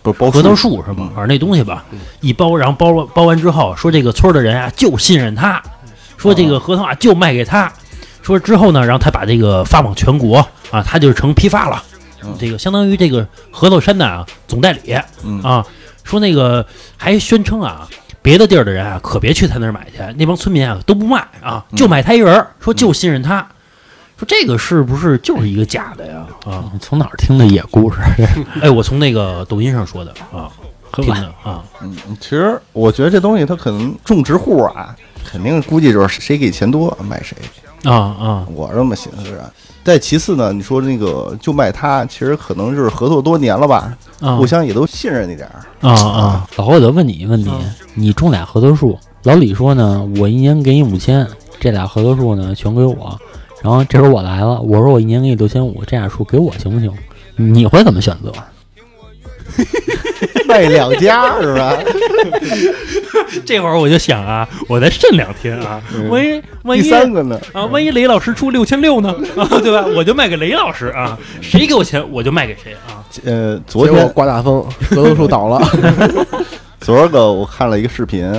S4: 不是包
S3: 核桃树是吧？反正那东西吧，一包，然后包了包完之后，说这个村儿的人啊就信任他，说这个核桃啊就卖给他，说之后呢，然后他把这个发往全国啊，他就成批发了，这个相当于这个核桃山的啊总代理
S4: 嗯
S3: 啊，说那个还宣称啊。别的地儿的人啊，可别去他那儿买去，那帮村民啊都不卖啊，就买他一人儿，说就信任他，说这个是不是就是一个假的呀？啊，
S5: 从哪儿听的野故事？
S3: 哎，我从那个抖音上说的啊，听的啊，
S4: 嗯，其实我觉得这东西它可能种植户啊，肯定估计就是谁给钱多卖谁，
S3: 啊啊，
S4: 我这么寻思着。再其次呢，你说那个就卖它，其实可能就是合作多年了吧，
S3: 啊
S4: 互相也都信任一点儿。
S3: 啊啊，
S5: 老侯，我得问你一个问题：
S3: 嗯
S5: 你种俩核桃树，老李说呢，我一年给你五千，这俩核桃树呢全归我。然后这时候我来了，我说我一年给你六千五，这俩树给我行不行？你会怎么选择？
S4: 卖两家是 吧？
S3: 这会儿我就想啊，我再慎两天啊，万一万
S4: 第
S3: 一
S4: 三个呢？
S3: 啊，万一雷老师出六千六呢， 啊，对吧？我就卖给雷老师啊，谁给我钱我就卖给谁啊。
S4: 呃， 昨
S6: 结果
S4: 天
S6: 刮大 风，核桃树倒了。
S4: 昨儿个我看了一个视频，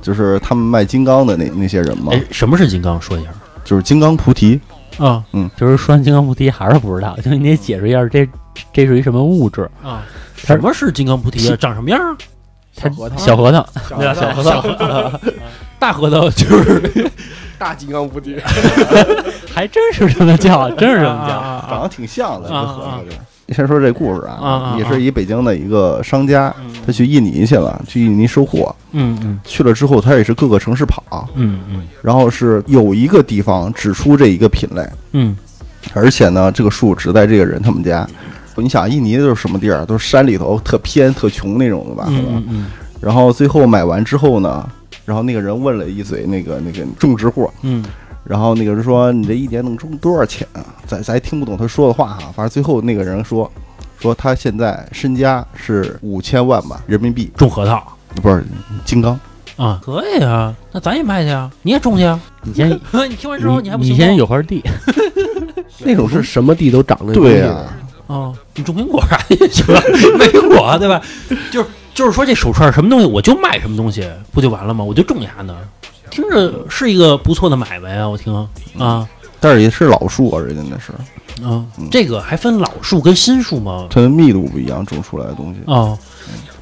S4: 就是他们卖金刚的那那些人嘛，
S3: 哎，什么是金刚？说一下
S4: 就是金刚菩提，
S3: 啊
S5: 就是说完金刚菩提还是不知道，就是你得解释一下这这是一什么物质？
S3: 啊，什么是金刚菩提啊？长什么样啊？
S5: 它
S6: 小核桃
S5: 小核桃，
S3: 对啊，小核桃，大核桃 就是
S6: 大金刚不敌，
S5: 还真是这么叫，真是这么叫。
S3: 啊
S4: 长得挺像
S3: 啊
S4: 的，这
S3: 啊
S4: 合着就是。先说这故事
S3: 啊啊
S4: 啊，也是一北京的一个商家，他去印尼去了，去印尼收货，
S3: 嗯嗯
S4: 去了之后他也是各个城市跑，啊
S3: 嗯嗯
S4: 然后是有一个地方只出这一个品类，
S3: 嗯
S4: 而且呢，这个树只在这个人他们家。你想印尼都是什么地儿？都是山里头特偏特穷那种的吧？可能
S3: 嗯嗯
S4: 然后最后买完之后呢，然后那个人问了一嘴那个那个种植户，
S3: 嗯
S4: 然后那个人说：“你这一年能挣多少钱啊？”咱咱也听不懂他说的话哈、反正最后那个人说，说他现在身家是五千万吧人民币，
S3: 种核桃
S4: 不是金刚。
S3: 啊，可以啊，那咱也卖去啊，你也种去啊。
S5: 你先，
S3: 你听完之后你还
S5: 你
S3: 不
S5: 你
S3: 行
S5: 先
S3: 吗
S5: 有块地，
S6: 那种是什么地都长那
S4: 对啊
S6: 呀、
S4: 呀、
S3: 哦，你种苹果 啥也行，卖苹果啊对吧？就是就是说这手串什么东西，我就卖什么东西，不就完了吗？我就种牙呢，听着是一个不错的买卖啊，我听啊
S4: 但是也是老树啊，人家那是，
S3: 啊，这个还分老树跟新树吗？
S4: 它的密度不一样，种出来的东西。
S3: 哦，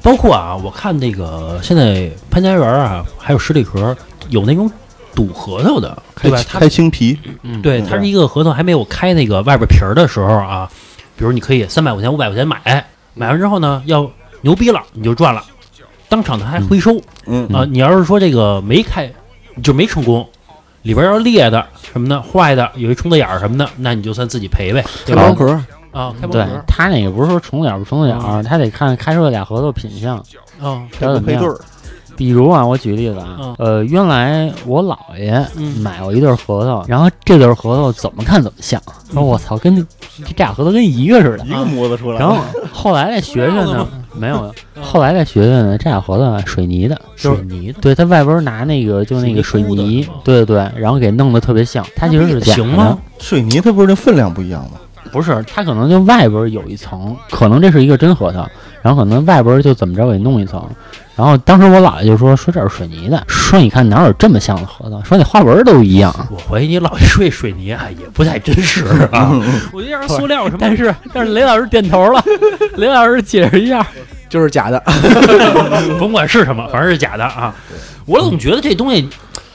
S3: 包括啊，我看那个现在潘家园啊，还有十里河有那种赌核桃的，对吧？它
S4: 开青皮，
S3: 对，它是一个核桃还没有开那个外边皮儿的时候啊，比如你可以三百块钱、五百块钱买，买完之后呢，要牛逼了你就赚了，当场他还回收。
S4: 嗯
S3: 啊，你要是说这个没开，就没成功，里边要是裂的什么的、坏的，有一虫子眼儿什么的，那你就算自己赔呗，对
S6: 开
S3: 吧
S6: 盲？盒，
S3: 啊，开包
S5: 嗯对
S3: 盒儿
S5: 他那个不是说重点不重点儿，他得看开出来俩核桃品相，
S3: 啊，
S5: 它怎么
S4: 配对
S5: 样。
S4: 儿，
S5: 比如啊，我举个例子啊
S3: 嗯，
S5: 呃，原来我姥爷
S3: 嗯
S5: 买过一对核桃，然后这对核桃怎么看怎么像，啊
S3: 嗯
S5: 说我操，跟这俩核桃跟一个似的。
S4: 个模子出
S5: 然后后来这学 学
S3: 塑料的
S5: 呢，没有，
S3: 嗯
S5: 后来这学学呢，这俩核桃啊水泥的，就
S3: 水
S5: 是
S3: 泥的，
S5: 对它外边拿那个就那个
S3: 水
S5: 水
S3: 泥糊的
S5: 泥
S3: 是吗，
S5: 对对，然后给弄得特别像，它其实是假的
S3: 行吗？？
S4: 水泥它不是那分量不一样吗？
S5: 不是，它可能就外边有一层，可能这是一个真核桃，然后可能外边就怎么着给弄一层。然后当时我姥爷就说说这是水泥的，说你看哪有这么像的核桃，说你花纹都一样。
S3: 我怀疑你姥爷睡水泥啊，也不太真实啊。我觉得要是塑料什么，
S5: 但是但是雷老师点头 了，雷老师解释一下，
S6: 就是假 的。
S3: 甭管是什么，反正是假的啊。我总觉得这东西，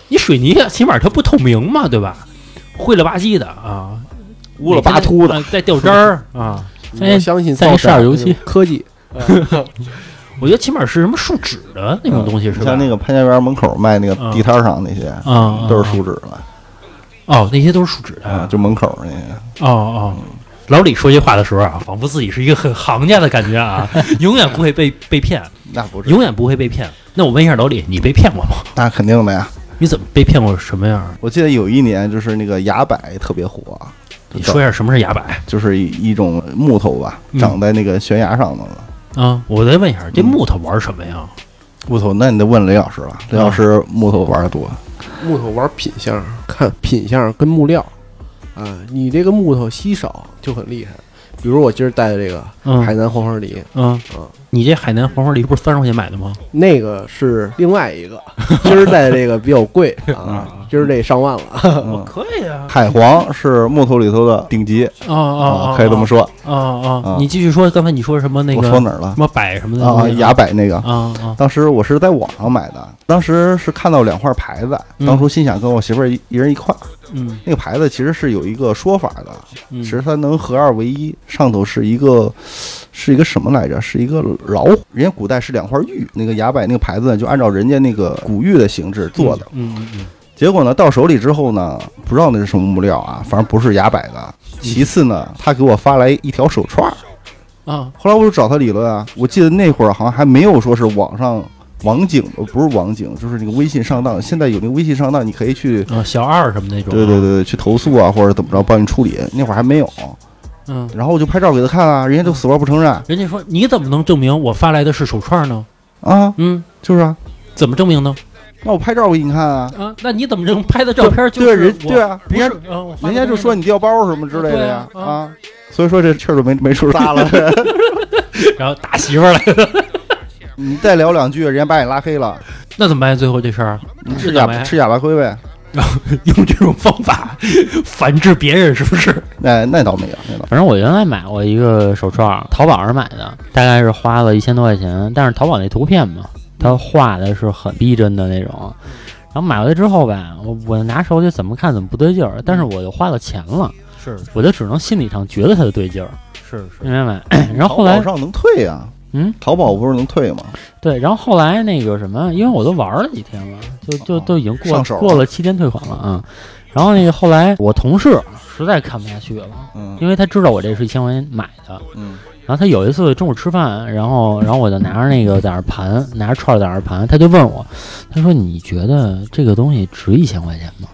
S3: 你水泥啊起码它不透明嘛，对吧？灰了吧唧的啊，
S4: 乌了吧秃的
S3: 每天，带掉渣儿啊。
S5: 哎
S6: 我相信
S5: 再
S6: 造
S5: 上
S6: 假
S5: 油漆
S6: 科技，
S3: 我觉得起码是什么树脂的嗯那种东西，是吧？
S4: 像那个潘家园门口卖那个地摊上那些，
S3: 啊，
S4: 都是树脂的
S3: 哦，那些都是树脂的
S4: 啊，就门口那些。
S3: 哦哦，老李说这话的时候啊，仿佛自己是一个很行家的感觉 啊，永远不会被被骗，
S4: 那不是，
S3: 永远不会被骗。那我问一下老李，你被骗过吗？
S4: 那肯定的呀。
S3: 你怎么被骗过什么样儿？
S4: 我记得有一年就是那个崖柏特别火，
S3: 你说一下什么是崖柏
S4: 就是一一种木头吧，
S3: 嗯
S4: 长在那个悬崖上头的
S3: 啊？我再问一下，这木头玩什么呀？
S4: 木头。那你得问雷老师了，雷
S3: 啊
S4: 老师木头玩的多，
S6: 木头玩品相，看品相跟木料，啊，你这个木头稀少就很厉害。比如我今儿带的这个海
S3: 嗯
S6: 南黄花梨，
S3: 嗯
S6: 嗯，
S3: 你这海南黄花梨不是三十块钱买的吗？
S6: 那个是另外一个， 今儿带的这个比较 贵啊，今儿这上万了。
S4: 嗯，
S3: 可以啊，
S4: 海黄是木头里头的顶级
S3: 哦哦
S4: 啊，，可以这么
S3: 说，
S4: 说。
S3: 哦哦
S4: 啊，
S3: 你继续说，刚才你说什么那
S4: 我
S3: 个
S4: 说哪儿了
S3: 什？么柏什么的
S4: 啊，崖柏那个
S3: 嗯啊，啊
S4: 当时我是在网上买的，当时是看到两块牌子，
S3: 嗯
S4: 当初心想跟我媳妇儿一一人一块儿。
S3: 嗯
S4: 那个牌子其实是有一个说法的，
S3: 嗯，
S4: 其实它能合二为一，上头是一个是一个什么来着？是一个老虎，人家古代是两块玉，那个崖柏那个牌子呢，就按照人家那个古玉的形制做的。
S3: 嗯嗯嗯
S4: 结果呢，到手里之后呢，不知道那是什么木料啊，反正不是崖柏的。其次呢，他给我发来一条手串儿，
S3: 嗯啊
S4: 后来我就找他理论啊，我记得那会儿好像还没有说是网上网警，呃不是网警，就是那个微信上当。现在有那个微信上当，你可以去，
S3: 啊，小二什么那种，
S4: 对对，对，去投诉啊，或者怎么着，帮你处理。那会儿还没有，
S3: 嗯。
S4: 然后我就拍照给他看啊，人家就死活不承认
S3: 人家说你怎么能证明我发来的是手串呢？
S4: 啊，
S3: 嗯，
S4: 就是啊，
S3: 怎么证明呢？
S4: 那我拍照给你看啊，
S3: 啊，那你怎么证明拍的照片就是
S4: 对人
S3: 我
S4: 对啊
S3: 不是
S4: 人
S3: 嗯我发
S4: 人
S3: 的
S4: 家就说你掉包什么之类的呀
S3: 对啊
S4: 啊，所以说这事儿就没没处撒 了。
S3: 照片，然后打媳妇儿了，
S4: 你再聊两句，人家把你拉黑了，
S3: 那怎么办？最后这事儿，
S4: 你吃
S3: 那怎么
S4: 哑
S3: 呀
S4: 吃哑巴亏呗。
S3: 用这种方法 反制别人是不是？
S4: 哎那那倒没有，那倒没有
S5: 反正我原来买过一个手串儿，淘宝上买的，大概是花了一千多块钱，但是淘宝那图片嘛，它画的是很逼真的那种。然后买回来之后吧，我我拿手里怎么看怎么不对劲儿，但是我又花了钱了，
S3: 是
S5: 我就只能心理上觉得它的对劲儿，
S3: 是
S5: 明白没？ 然后后
S4: 淘
S5: 来
S4: 宝上能退啊，
S5: 嗯，
S4: 淘宝不是能退吗？
S5: 对，然后后来那个什么，因为我都玩了几天了，就就
S4: 哦
S5: 都已经过
S4: 上手了
S5: 过了七天退款了啊。然后那个后来我同事实在看不下去了，
S4: 嗯
S5: 因为他知道我这是一千块钱买的，
S4: 嗯。
S5: 然后他有一次中午吃饭，然后然后我就拿着那个在那儿盘，拿着串儿在那儿盘，他就问我，他说你觉得这个东西值一千块钱吗？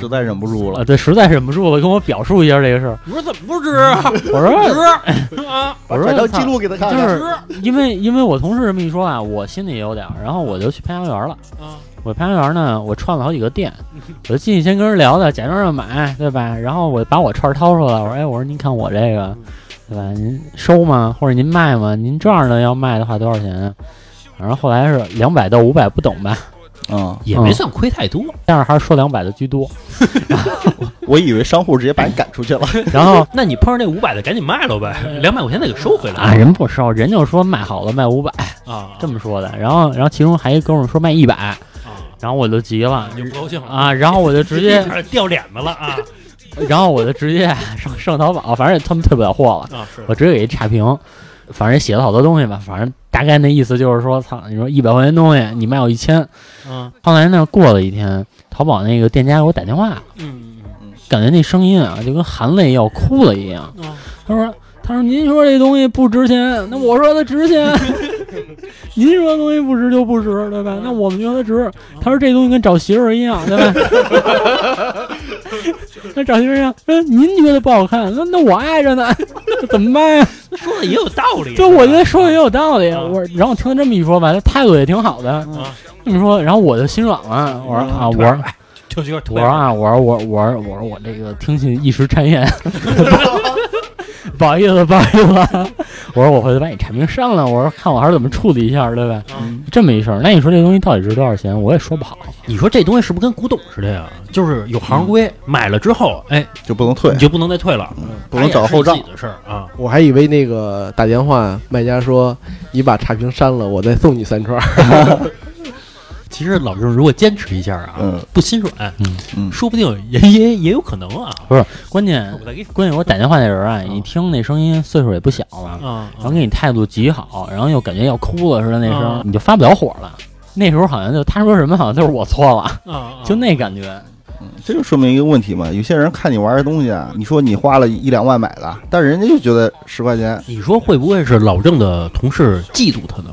S4: 实在忍不住了
S5: 啊，，对，实在忍不住了，跟我表述一下这个事儿。
S3: 我说怎么不值啊？
S5: 我说，
S3: 值啊！
S4: 把
S5: 我说，
S4: 条记录给他看
S5: 就
S4: 看。
S5: 是因为因为我同事这么一说啊，我心里也有点儿，然后我就去潘家园了。
S3: 啊
S5: 我潘家园呢，我串了好几 个店，我就进去先跟人聊的，假装要买，对吧？然后我把我串儿掏出来，我说，哎，我说您看我这
S3: 嗯
S5: 个，对吧？您收吗？或者您卖吗？您这样的要卖的话多少钱啊？反正后来是两百到五百，不等吧，
S4: 嗯，
S3: 也没算亏太多。
S5: 但是还是说两百的居 多。
S4: 我以为商户直接把你赶出去了。
S5: 然后
S3: 哦那你碰上那五百的，赶紧卖了呗，
S5: 嗯
S3: 两百块钱得给收回来
S5: 啊，人不收，人就说卖好了卖五百
S3: 啊！
S5: 这么说的。然后然后其中还一哥们儿说卖一百，
S3: 啊，
S5: 然后我就急了
S3: 你就不高兴了
S5: 啊，！然后我就直接
S3: 一下掉脸子了啊
S5: 然后我就直接上上淘宝，反正他们退不了货了，
S3: 啊！是
S5: 我直接给一差评，反正也写了好多东西吧，反正大概那意思就是说，操，你说一百块钱东西你卖我一千，
S3: 嗯
S5: 后来呢，过了一天，淘宝那个店家给我打电话，
S3: 嗯嗯
S5: 感觉那声音啊就跟含泪要哭了一样，
S3: 嗯啊
S5: 他说。他说：“您说这东西不值钱，那我说它值钱。您说东西不值就不值，对吧？那我们觉得它值。他说这东西跟找媳妇儿一样，对吧？ 那找媳妇儿一样，说您觉得不好看，那那我爱着呢， 怎么办呀？
S3: 说的也有道理。
S5: 就我觉得说的也有道理。
S3: 啊
S5: 我然后我听他这么一说吧，他态度也挺好的。这么说，然后我就心软了。我说啊，我说
S3: 就是有点
S5: 我说啊，我说我我说我说我这个听信一时谗 言，不好意思不好意思啊，我说我回头把你产品删了，我说看我还是怎么处理一下，对吧？这么一事儿，那你说这东西到底值多少钱？我也说不好。
S3: 你说这东西是不是跟古董似的呀？就是有行规，
S5: 嗯
S3: 买了之后，哎，
S4: 就不能退
S3: 你，就不哎能再退了，
S4: 不能找后
S3: 它
S4: 账
S3: 也是自己的事儿啊。
S5: 嗯
S6: 我还以为那个打电话卖家说你把差评删了，我再送你三串儿。
S3: 其实老郑如果坚持一下啊，
S4: 嗯
S3: 不心软，
S5: 嗯嗯
S4: 嗯
S3: 说不定也也也有可能啊。
S5: 关键
S3: 我再给你
S5: 关键我打电话那人啊，一听那声音岁数也不小了，
S3: 啊
S5: 然后给你态度极好，然后又感觉要哭了似的那
S3: 啊
S5: 声，你就发不了火了。那时候好像就他说什么好像就是我错了，
S3: 啊，
S5: 就那感觉。
S4: 这就说明一个问题嘛。有些人看你玩的东西啊，你说你花了一两万买的，但人家就觉得十块钱
S3: 你说会不会是老郑的同事嫉妒他呢？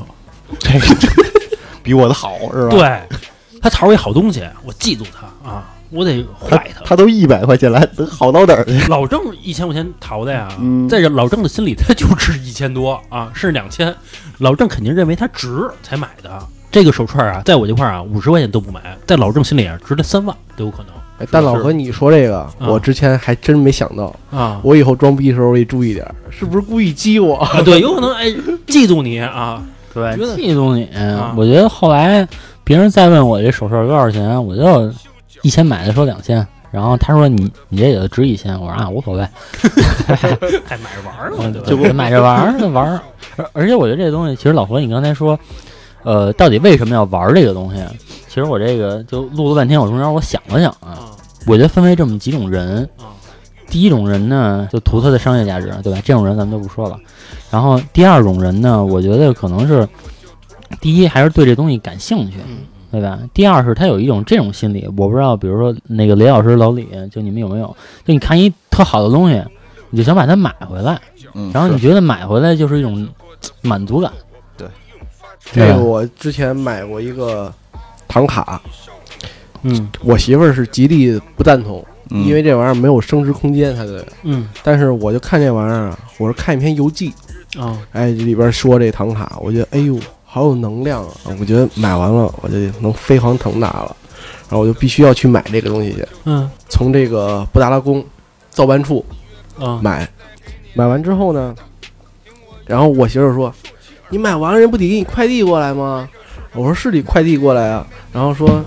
S4: 比我的好，是吧？，
S3: 对，他淘着一好东西，我嫉妒他啊，我得
S4: 他
S3: 坏他。
S4: 他都一百块钱了，能好到哪儿去？
S3: 老郑一千块钱淘的呀，
S4: 嗯
S3: 在这老郑的心里，他就值一千多啊，甚至两千。老郑肯定认为他值才买的。这个手串啊，在我这块儿啊，五十块钱都不买，在老郑心里啊，值了三万都有可能
S6: 哎但老何，你说这个，
S3: 嗯
S6: 我之前还真没想到，
S3: 啊。
S6: 我以后装逼的时候我得注意点儿，是不是故意激我？
S3: 啊，对，有可能哎，嫉妒你啊，
S5: 对
S3: 觉得
S5: 嫉妒你。
S3: 啊
S5: 我觉得后来别人再问我这手串多少钱，我就一千买的说两千，然后他说你你这也就值一千，我说啊无所谓，
S3: 还哎买着玩儿
S5: 我
S3: 呢，嗯对吧？
S5: 嗯就买着玩儿就玩儿。而而且我觉得这东西，其实老何你刚才说，呃，到底为什么要玩儿这个东西？啊其实我这个就录了半天，我中间我想了想
S3: 啊
S5: 啊，我觉得分为这么几种人
S3: 啊。
S5: 第一种人呢，就图它的商业价值，对吧？这种人咱们就不说了。然后第二种人呢，我觉得可能是，第一还是对这东西感兴趣，
S3: 嗯
S5: 对吧？第二是他有一种这种心理，我不知道，比如说那个雷老师、老李，就你们有没有？就你看一特好的东西，你就想把它买回来，
S4: 嗯，
S5: 然后你
S4: 是
S5: 觉得买回来就是一种嘖满足感，
S4: 对
S6: 这
S5: 对啊吧
S6: 个我之前买过一个唐卡，
S3: 嗯
S6: 我媳妇儿是极力不赞同，
S4: 嗯
S6: 因为这玩意儿没有升值空间，她对。
S3: 嗯
S6: 但是我就看这玩意儿啊，我是看一篇游记，
S3: 啊
S6: 哎，里边说这唐卡，我觉得哎呦，好有能量啊！我觉得买完了，我就能飞黄腾达了，然后我就必须要去买这个东西去。
S3: 嗯
S6: 从这个布达拉宫造办处
S3: 啊
S6: 买，买完之后呢，然后我媳妇儿说：“你买完了人不得给你快递过来吗？”我说：“是得快递过来啊。”然后说：“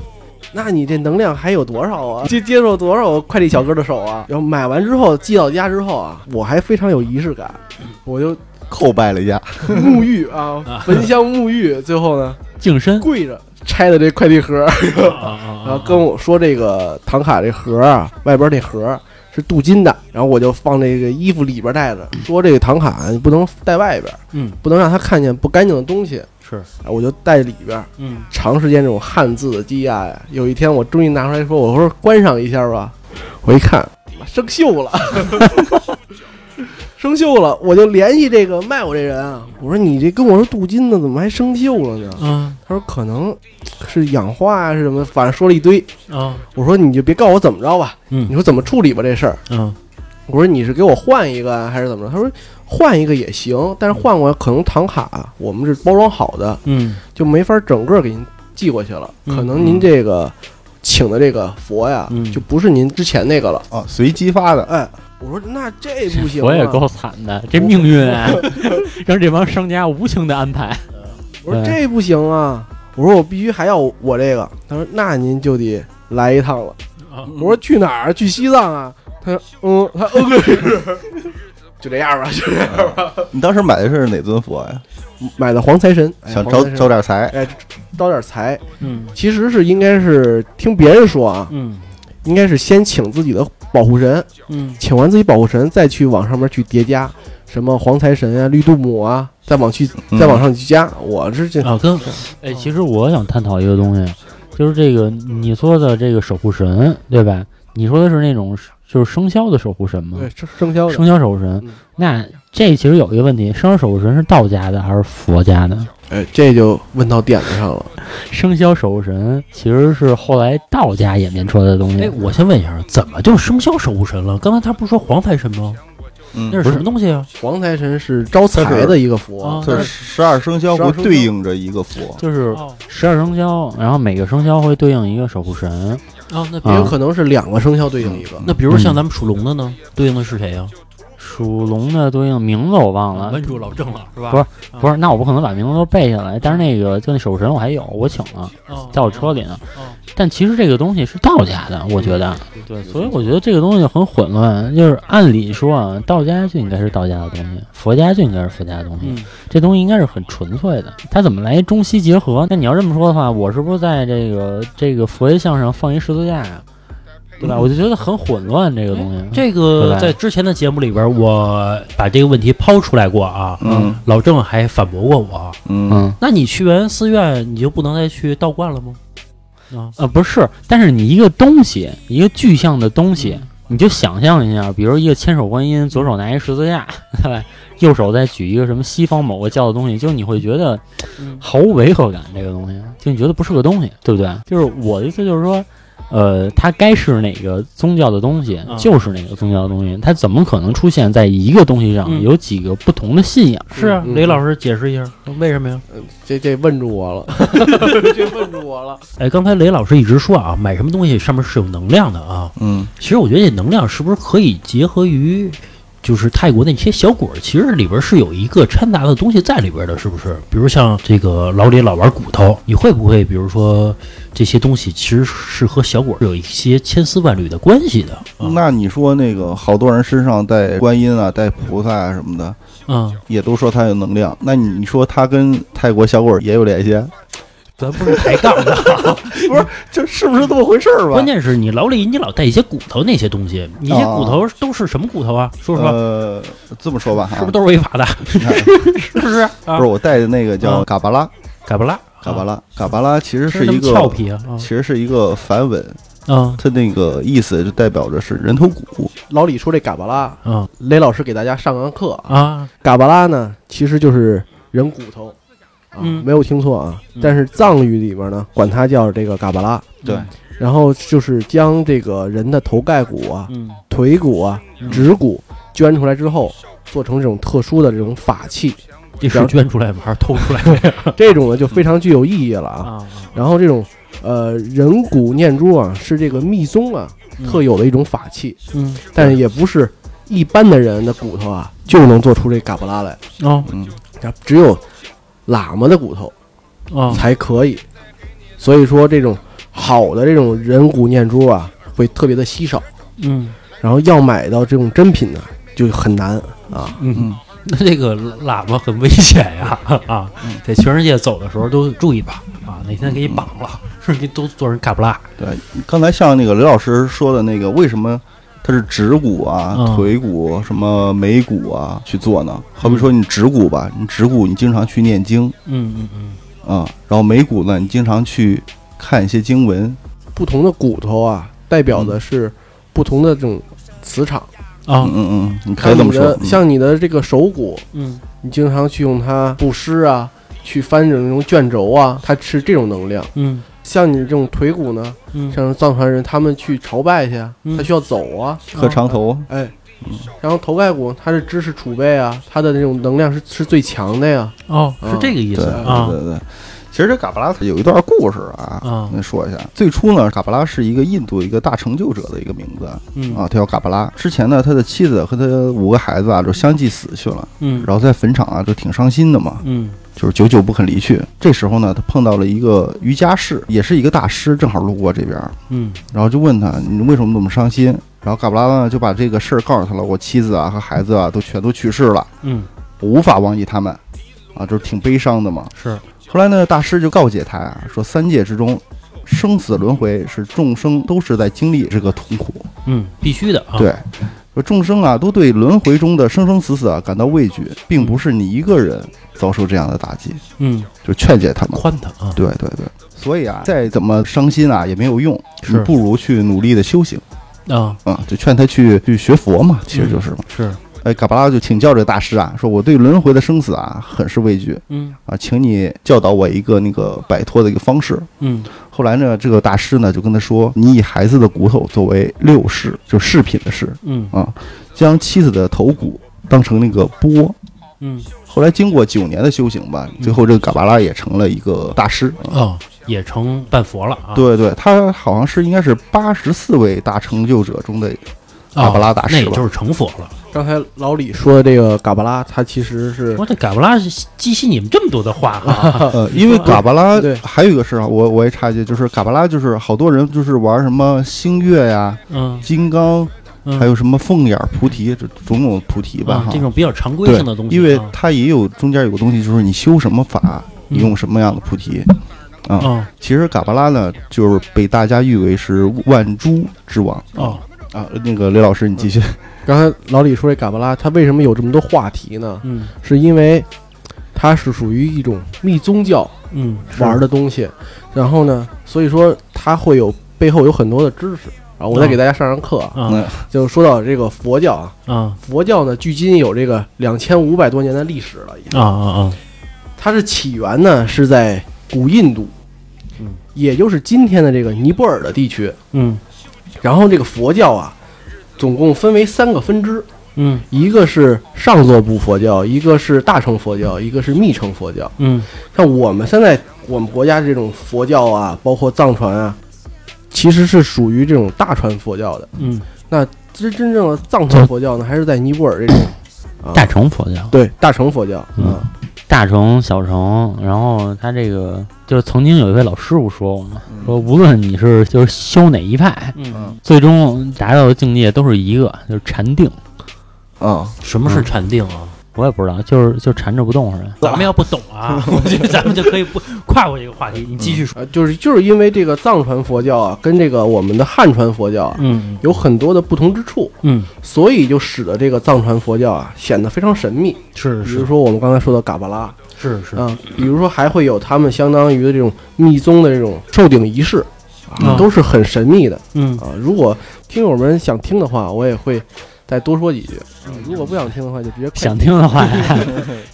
S6: 那你这能量还有多少啊？接接受多少快递小哥的手啊？”然后买完之后寄到家之后啊，我还非常有仪式感，我就
S4: 叩拜了一下，
S6: 沐浴啊，焚香沐浴，最后呢
S5: 净身
S6: 跪着拆的这快递盒，
S3: 啊啊！
S6: 然后跟我说这个唐卡这盒啊，外边那盒是镀金的，然后我就放这个衣服里边带着，说这个唐卡你不能带外边，
S3: 嗯，
S6: 不能让他看见不干净的东西，哎
S3: 是，
S6: 我就带里边，
S3: 嗯
S6: 长时间这种汉字的积压呀，有一天我终于拿出来说，我说观赏一下吧，我一看生锈了， 生锈了，我就联系这个卖我这人啊，我说你这跟我说镀金的，怎么还生锈了呢？
S3: 啊
S6: 他说可能是氧化啊，是什么，反正说了一堆。
S3: 啊
S6: 我说你就别告诉我怎么着吧，
S3: 嗯
S6: 你说怎么处理吧这事儿。
S5: 嗯
S3: 啊
S6: 我说你是给我换一个啊还是怎么着？他说换一个也行，但是换过来可能唐卡我们是包装好的，
S3: 嗯
S6: 就没法整个给您寄过去了。
S3: 嗯
S6: 可能您这个请的这个佛呀，
S3: 嗯
S6: 就不是您之前那个了。
S4: 啊，随机发的，
S6: 哎，我说那这不行、啊，
S5: 我也够惨的，这命运啊，让这帮商家无情的安排。
S6: 我说
S3: 哎
S6: 这不行啊，我说我必须还要我这个。他说那您就得来一趟了。
S3: 啊
S6: 我说去哪儿？去西藏啊？他说嗯，他嗯 个是，就这样吧，就这样
S4: 你当时买的是哪尊佛呀？
S6: 买的黄财神，哎
S4: 想
S6: 黄
S4: 招
S6: 财神
S4: 招点财，
S6: 哎招点财，
S3: 嗯
S6: 其实是应该是听别人说啊，
S3: 嗯
S6: 应该是先请自己的保护神，
S3: 嗯
S6: 请完自己保护神，再去往上面去叠加，什么黄财神啊、绿度母啊，再往去
S4: 嗯
S6: 再往上去加。我是 这
S3: 啊跟
S5: 哎，其实我想探讨一个东西，就是这个你说的这个守护神，对吧？你说的是那种就是生肖的守护神吗
S6: 对？生生肖的
S5: 生肖守护神
S6: 嗯，
S5: 那这其实有一个问题，生肖守护神是道家的还是佛家的？
S6: 哎，这就问到点子上了。
S5: 生肖守护神其实是后来道家演变出来的东
S3: 哎，
S5: 西。
S3: 我先问一下，怎么就生肖守护神了？刚才他不是说黄财神吗？
S4: 嗯
S3: 那是什么东西啊？
S6: 黄财神是招财的一个符
S3: 啊，
S4: 这是十二生肖会对应着一个佛，
S5: 就是
S3: 哦
S5: 十二生肖，然后每个生肖会对应一个守护神，
S3: 啊，那比
S6: 也有
S3: 如、
S6: 可能是两个生肖对应一个。
S3: 那比
S5: 嗯
S3: 如像咱们属龙的呢，对应的是谁啊呀、
S5: 属龙的对应名字我忘了，
S3: 问住老郑了是吧？
S5: 不是不是，那我不可能把名字都背下来，但是那个就那守神我还有，我请了，
S3: 哦，
S5: 在我车里呢
S3: 哦。
S5: 但其实这个东西是道家的，我觉得，对，所以我觉得这个东西很混乱。就是按理说啊，道家就应该是道家的东西，佛家就应该是佛家的东西，
S3: 嗯
S5: 这东西应该是很纯粹的。它怎么来中西结合？那你要这么说的话，我是不是在这个这个佛爷像上放一十字架呀、对吧？我就觉得很混乱，这个东西。
S3: 哎这
S5: 对
S3: 个
S5: 吧
S3: 在之前的节目里边，我把这个问题抛出来过啊，
S4: 嗯
S3: 老郑还反驳过我。
S4: 嗯
S5: 嗯
S3: 那你去完寺院，你就不能再去道观了吗？啊
S5: 呃，不是，但是你一个东西，一个具象的东西，
S3: 嗯
S5: 你就想象一下，比如一个千手观音，左手拿一十字架，对吧？右手再举一个什么西方某个教的东西，就你会觉得
S3: 嗯
S5: 毫无违和感，这个东西，就你觉得不是个东西，对不对？就是我的意思就是说，呃，它该是哪个宗教的东西，
S3: 嗯
S5: 就是哪个宗教的东西，它怎么可能出现在一个东西上
S3: 嗯
S5: 有几个不同的信仰？
S3: 是啊，
S6: 嗯
S3: 雷老师解释一下为什么呀？
S6: 这这问住我了，这问住我了。
S3: 哎，刚才雷老师一直说啊，买什么东西上面是有能量的啊。
S4: 嗯，
S3: 其实我觉得这能量是不是可以结合于，就是泰国那些小果儿，其实里边是有一个掺杂的东西在里边的，是不是？比如像这个老李老玩骨头，你会不会比如说这些东西其实是和小果儿有一些千丝万缕的关系的？啊
S4: 嗯那你说那个好多人身上带观音啊、带菩萨啊什么的，
S3: 嗯，
S4: 也都说它有能量。那你你说它跟泰国小鬼也有联系？啊
S3: 咱不是啊抬杠的，
S4: 不是， 这是不是这么回事儿吧？
S3: 关键是你老李你老带一些骨头那些东西，你这些骨头都是什么骨头啊？说说，
S4: 呃，这么说吧，
S3: 是不是都是违法的？啊 是不是？啊
S4: 不是，我带的那个叫嘎巴拉，
S3: 嘎巴拉，
S4: 嘎巴拉，嘎巴拉其实
S3: 是
S4: 是一个
S3: 俏皮啊
S4: 其实是一个梵文，
S3: 啊
S4: 它那个意思就代表着是人头骨。
S6: 老李说这嘎巴拉，
S3: 啊
S6: 雷老师给大家上堂课啊。
S3: 啊！
S6: 嘎巴拉呢，其实就是人骨头啊，
S3: 嗯
S6: 没有听错啊。但是藏语里面呢，管它叫这个嘎巴拉。
S4: 对，
S6: 然后就是将这个人的头盖骨啊、
S3: 嗯
S6: 腿骨啊、指骨捐出来之后，做成这种特殊的这种法器，
S3: 这是捐出来吗？还是偷出来的呀？
S6: 这种呢就非常具有意义了啊。
S3: 啊，
S6: 然后这种呃人骨念珠啊，是这个密宗啊特有的一种法器，
S3: 嗯
S6: 但是也不是一般的人的骨头啊就能做出这嘎巴拉来，
S3: 哦
S4: 嗯，
S6: 只有喇嘛的骨头
S3: 哦，
S6: 才可以。所以说，这种好的这种人骨念珠啊，会特别的稀少。
S3: 嗯
S6: 然后要买到这种真品呢、就很难啊。
S3: 嗯，那这个喇叭很危险呀啊！在全世界走的时候都注意吧啊！哪天给你绑了，是你都做成嘎布拉，
S4: 对，刚才像那个刘老师说的那个，为什么它是指骨啊、
S3: 嗯
S4: 腿骨、什么眉骨啊去做呢？好比说你指骨吧，你指骨你经常去念经
S3: 嗯嗯嗯，
S4: 啊、然后眉骨呢，你经常去看一些经文。
S6: 不同的骨头啊，代表的是不同的这种磁场。
S4: 嗯
S3: 啊，
S4: 嗯嗯，你可以
S6: 看
S4: 这
S6: 你
S4: 么说
S6: 的，像你的这个手骨，
S3: 嗯
S6: 你经常去用它布施啊，去翻这种卷轴啊，它是这种能量。
S3: 嗯
S6: 像你这种腿骨呢，
S3: 嗯
S6: 像藏传人他们去朝拜去，啊
S3: 嗯，
S6: 他需要走啊，
S4: 嗯磕长头，
S6: 哎，然后头盖骨它是知识储备啊，它的这种能量是是最强的呀。
S3: 哦，是这个意
S4: 对
S3: 思啊
S4: 对对对。其实这嘎巴拉它有一段故事啊，
S3: 啊
S4: 那说一下。最初呢，嘎巴拉是一个印度一个大成就者的一个名字
S3: 嗯
S4: 啊，他叫嘎巴拉。之前呢，他的妻子和他五个孩子啊，就相继死去了，
S3: 嗯
S4: 然后在坟场啊，就挺伤心的嘛，
S3: 嗯
S4: 就是久久不肯离去。这时候呢，他碰到了一个瑜伽士，也是一个大师，正好路过这边，
S3: 嗯
S4: 然后就问他你为什么这么伤心？然后嘎巴拉呢就把这个事儿告诉他了，我妻子啊和孩子啊都全都去世了，
S3: 嗯
S4: 我无法忘记他们，啊，就是挺悲伤的嘛。
S3: 是
S4: 后来呢，大师就告诫他呀、说三界之中，生死轮回是众生都是在经历这个痛苦，
S3: 嗯必须的啊，
S4: 对，说众生啊都对轮回中的生生死死啊感到畏惧，并不是你一个人遭受这样的打击，
S3: 嗯
S4: 就劝诫他们。
S3: 宽他啊，
S4: 对对对，所以啊，再怎么伤心啊也没有用，
S3: 是
S4: 你不如去努力的修行
S3: 啊
S4: 啊、就劝他去去学佛嘛，其
S3: 嗯
S4: 实就是嘛。
S3: 是
S4: 哎，嘎巴拉就请教这大师啊，说我对轮回的生死啊很是畏惧
S3: 嗯
S4: 啊，请你教导我一个那个摆脱的一个方式。
S3: 嗯
S4: 后来呢，这个大师呢就跟他说：“你以孩子的骨头作为六饰，就饰品的饰
S3: 嗯
S4: 啊，将妻子的头骨当成那个钵。
S3: 嗯”
S4: 后来经过九年的修行吧，最后这个嘎巴拉也成了一个大师。啊
S3: 哦，也成半佛了啊。
S4: 对对，他好像是应该是八十四位大成就者中的
S3: 啊，
S4: 阿布拉大
S3: 那
S4: 师
S3: 也
S4: 吧
S3: 就是成佛了。
S6: 刚才老李说这个嘎巴拉，它其实是
S3: 我这嘎布拉激起你们这么多的话啊哈，
S4: 呃，因为嘎巴拉
S6: 对
S4: 还有一个事啊，我我也插一句，就是嘎巴拉就是好多人就是玩什么星月呀、
S3: 嗯，
S4: 金刚，
S3: 嗯
S4: 还有什么凤眼儿菩提，这种种菩提吧
S3: 啊
S4: 哈。
S3: 这种比较常规
S4: 对
S3: 性的东西啊，
S4: 因为它也有中间有个东西，就是你修什么法，
S3: 嗯
S4: 你用什么样的菩提。
S3: 哦
S4: 其实嘎巴拉呢，就是被大家誉为是万株之王
S3: 哦，
S4: 啊。那个雷老师，你继续。
S3: 嗯
S6: 刚才老李说这嘎巴拉，它为什么有这么多话题呢？
S3: 嗯
S6: 是因为它是属于一种密宗教
S3: 嗯，是
S6: 玩的东西，然后呢，所以说它会有背后有很多的知识。然后我再
S3: 嗯
S6: 给大家上上课啊，
S3: 啊
S6: 就说到这个佛教啊，
S3: 啊
S6: 佛教呢，距今有这个两千五百多年的历史了，已经。
S3: 啊啊
S6: 它是起源呢是在古印度，
S3: 嗯，
S6: 也就是今天的这个尼泊尔的地区。
S3: 嗯
S6: 然后这个佛教啊，总共分为三个分支，
S3: 嗯
S6: 一个是上座部佛教，一个是大乘佛教，一个是密乘佛教。
S3: 嗯
S6: 像我们现在我们国家这种佛教啊，包括藏传啊，其实是属于这种大传佛教的。
S3: 嗯
S6: 真真正的藏传佛教呢，还是在尼泊尔这种啊
S5: 大乘佛教，
S6: 对大乘佛教
S5: 嗯
S6: 啊。
S5: 大乘、小乘，然后他这个就是曾经有一位老师傅说过嘛，说无论你是就是修哪一派，
S3: 嗯，
S5: 最终达到的境界都是一个，就是禅定。
S4: 啊，
S3: 什么是禅定啊？
S5: 我也不知道，就是就缠着不动
S4: 嗯
S5: 是吧？
S3: 咱们要不懂 啊，我觉得咱们就可以不跨过这个话题，你继续说。
S6: 啊，就是就是因为这个藏传佛教啊，跟这个我们的汉传佛教啊，
S3: 嗯
S6: 有很多的不同之处，
S3: 嗯，
S6: 所以就使得这个藏传佛教啊显得非常神秘。
S3: 嗯是
S6: 比如
S3: 是
S6: 说我们刚才说的嘎巴拉啊、
S3: 是是，
S6: 比如说还会有他们相当于的这种密宗的这种寿顶仪式啊，
S3: 嗯
S6: 都是很神秘的
S3: 嗯
S6: 啊。如果听友们想听的话，我也会再多说几句。啊如果不想听的话，就直接快
S5: 想听 的话，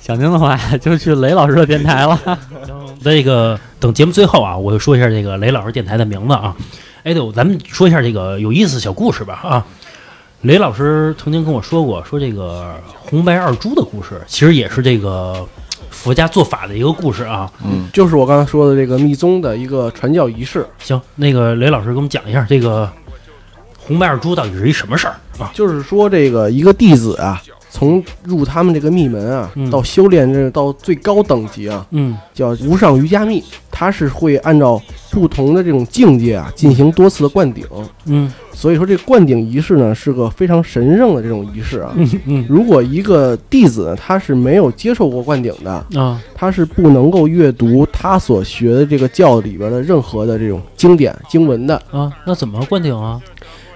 S5: 想听的话就去雷老师的电台了。
S3: 那个等节目最后啊，我说一下这个雷老师电台的名字啊。哎，对，咱们说一下这个有意思的小故事吧啊。雷老师曾经跟我说过，说这个红白二猪的故事，其实也是这个佛家做法的一个故事啊。
S4: 嗯，
S6: 就是我刚才说的这个密宗的一个传教仪式，
S3: 行，那个雷老师给我们讲一下这个红白二猪到底是一什么事儿啊？
S6: 就是说这个一个弟子啊，从入他们这个密门啊，
S3: 嗯
S6: 到修炼这到最高等级啊，
S3: 嗯
S6: 叫无上瑜伽密，它是会按照不同的这种境界啊，进行多次的灌顶。
S3: 嗯
S6: 所以说这灌顶仪式呢，是个非常神圣的这种仪式啊。
S3: 嗯嗯
S6: 如果一个弟子呢他是没有接受过灌顶的，
S3: 啊
S6: 他是不能够阅读他所学的这个教里边的任何的这种经典经文的。
S3: 啊，那怎么灌顶啊？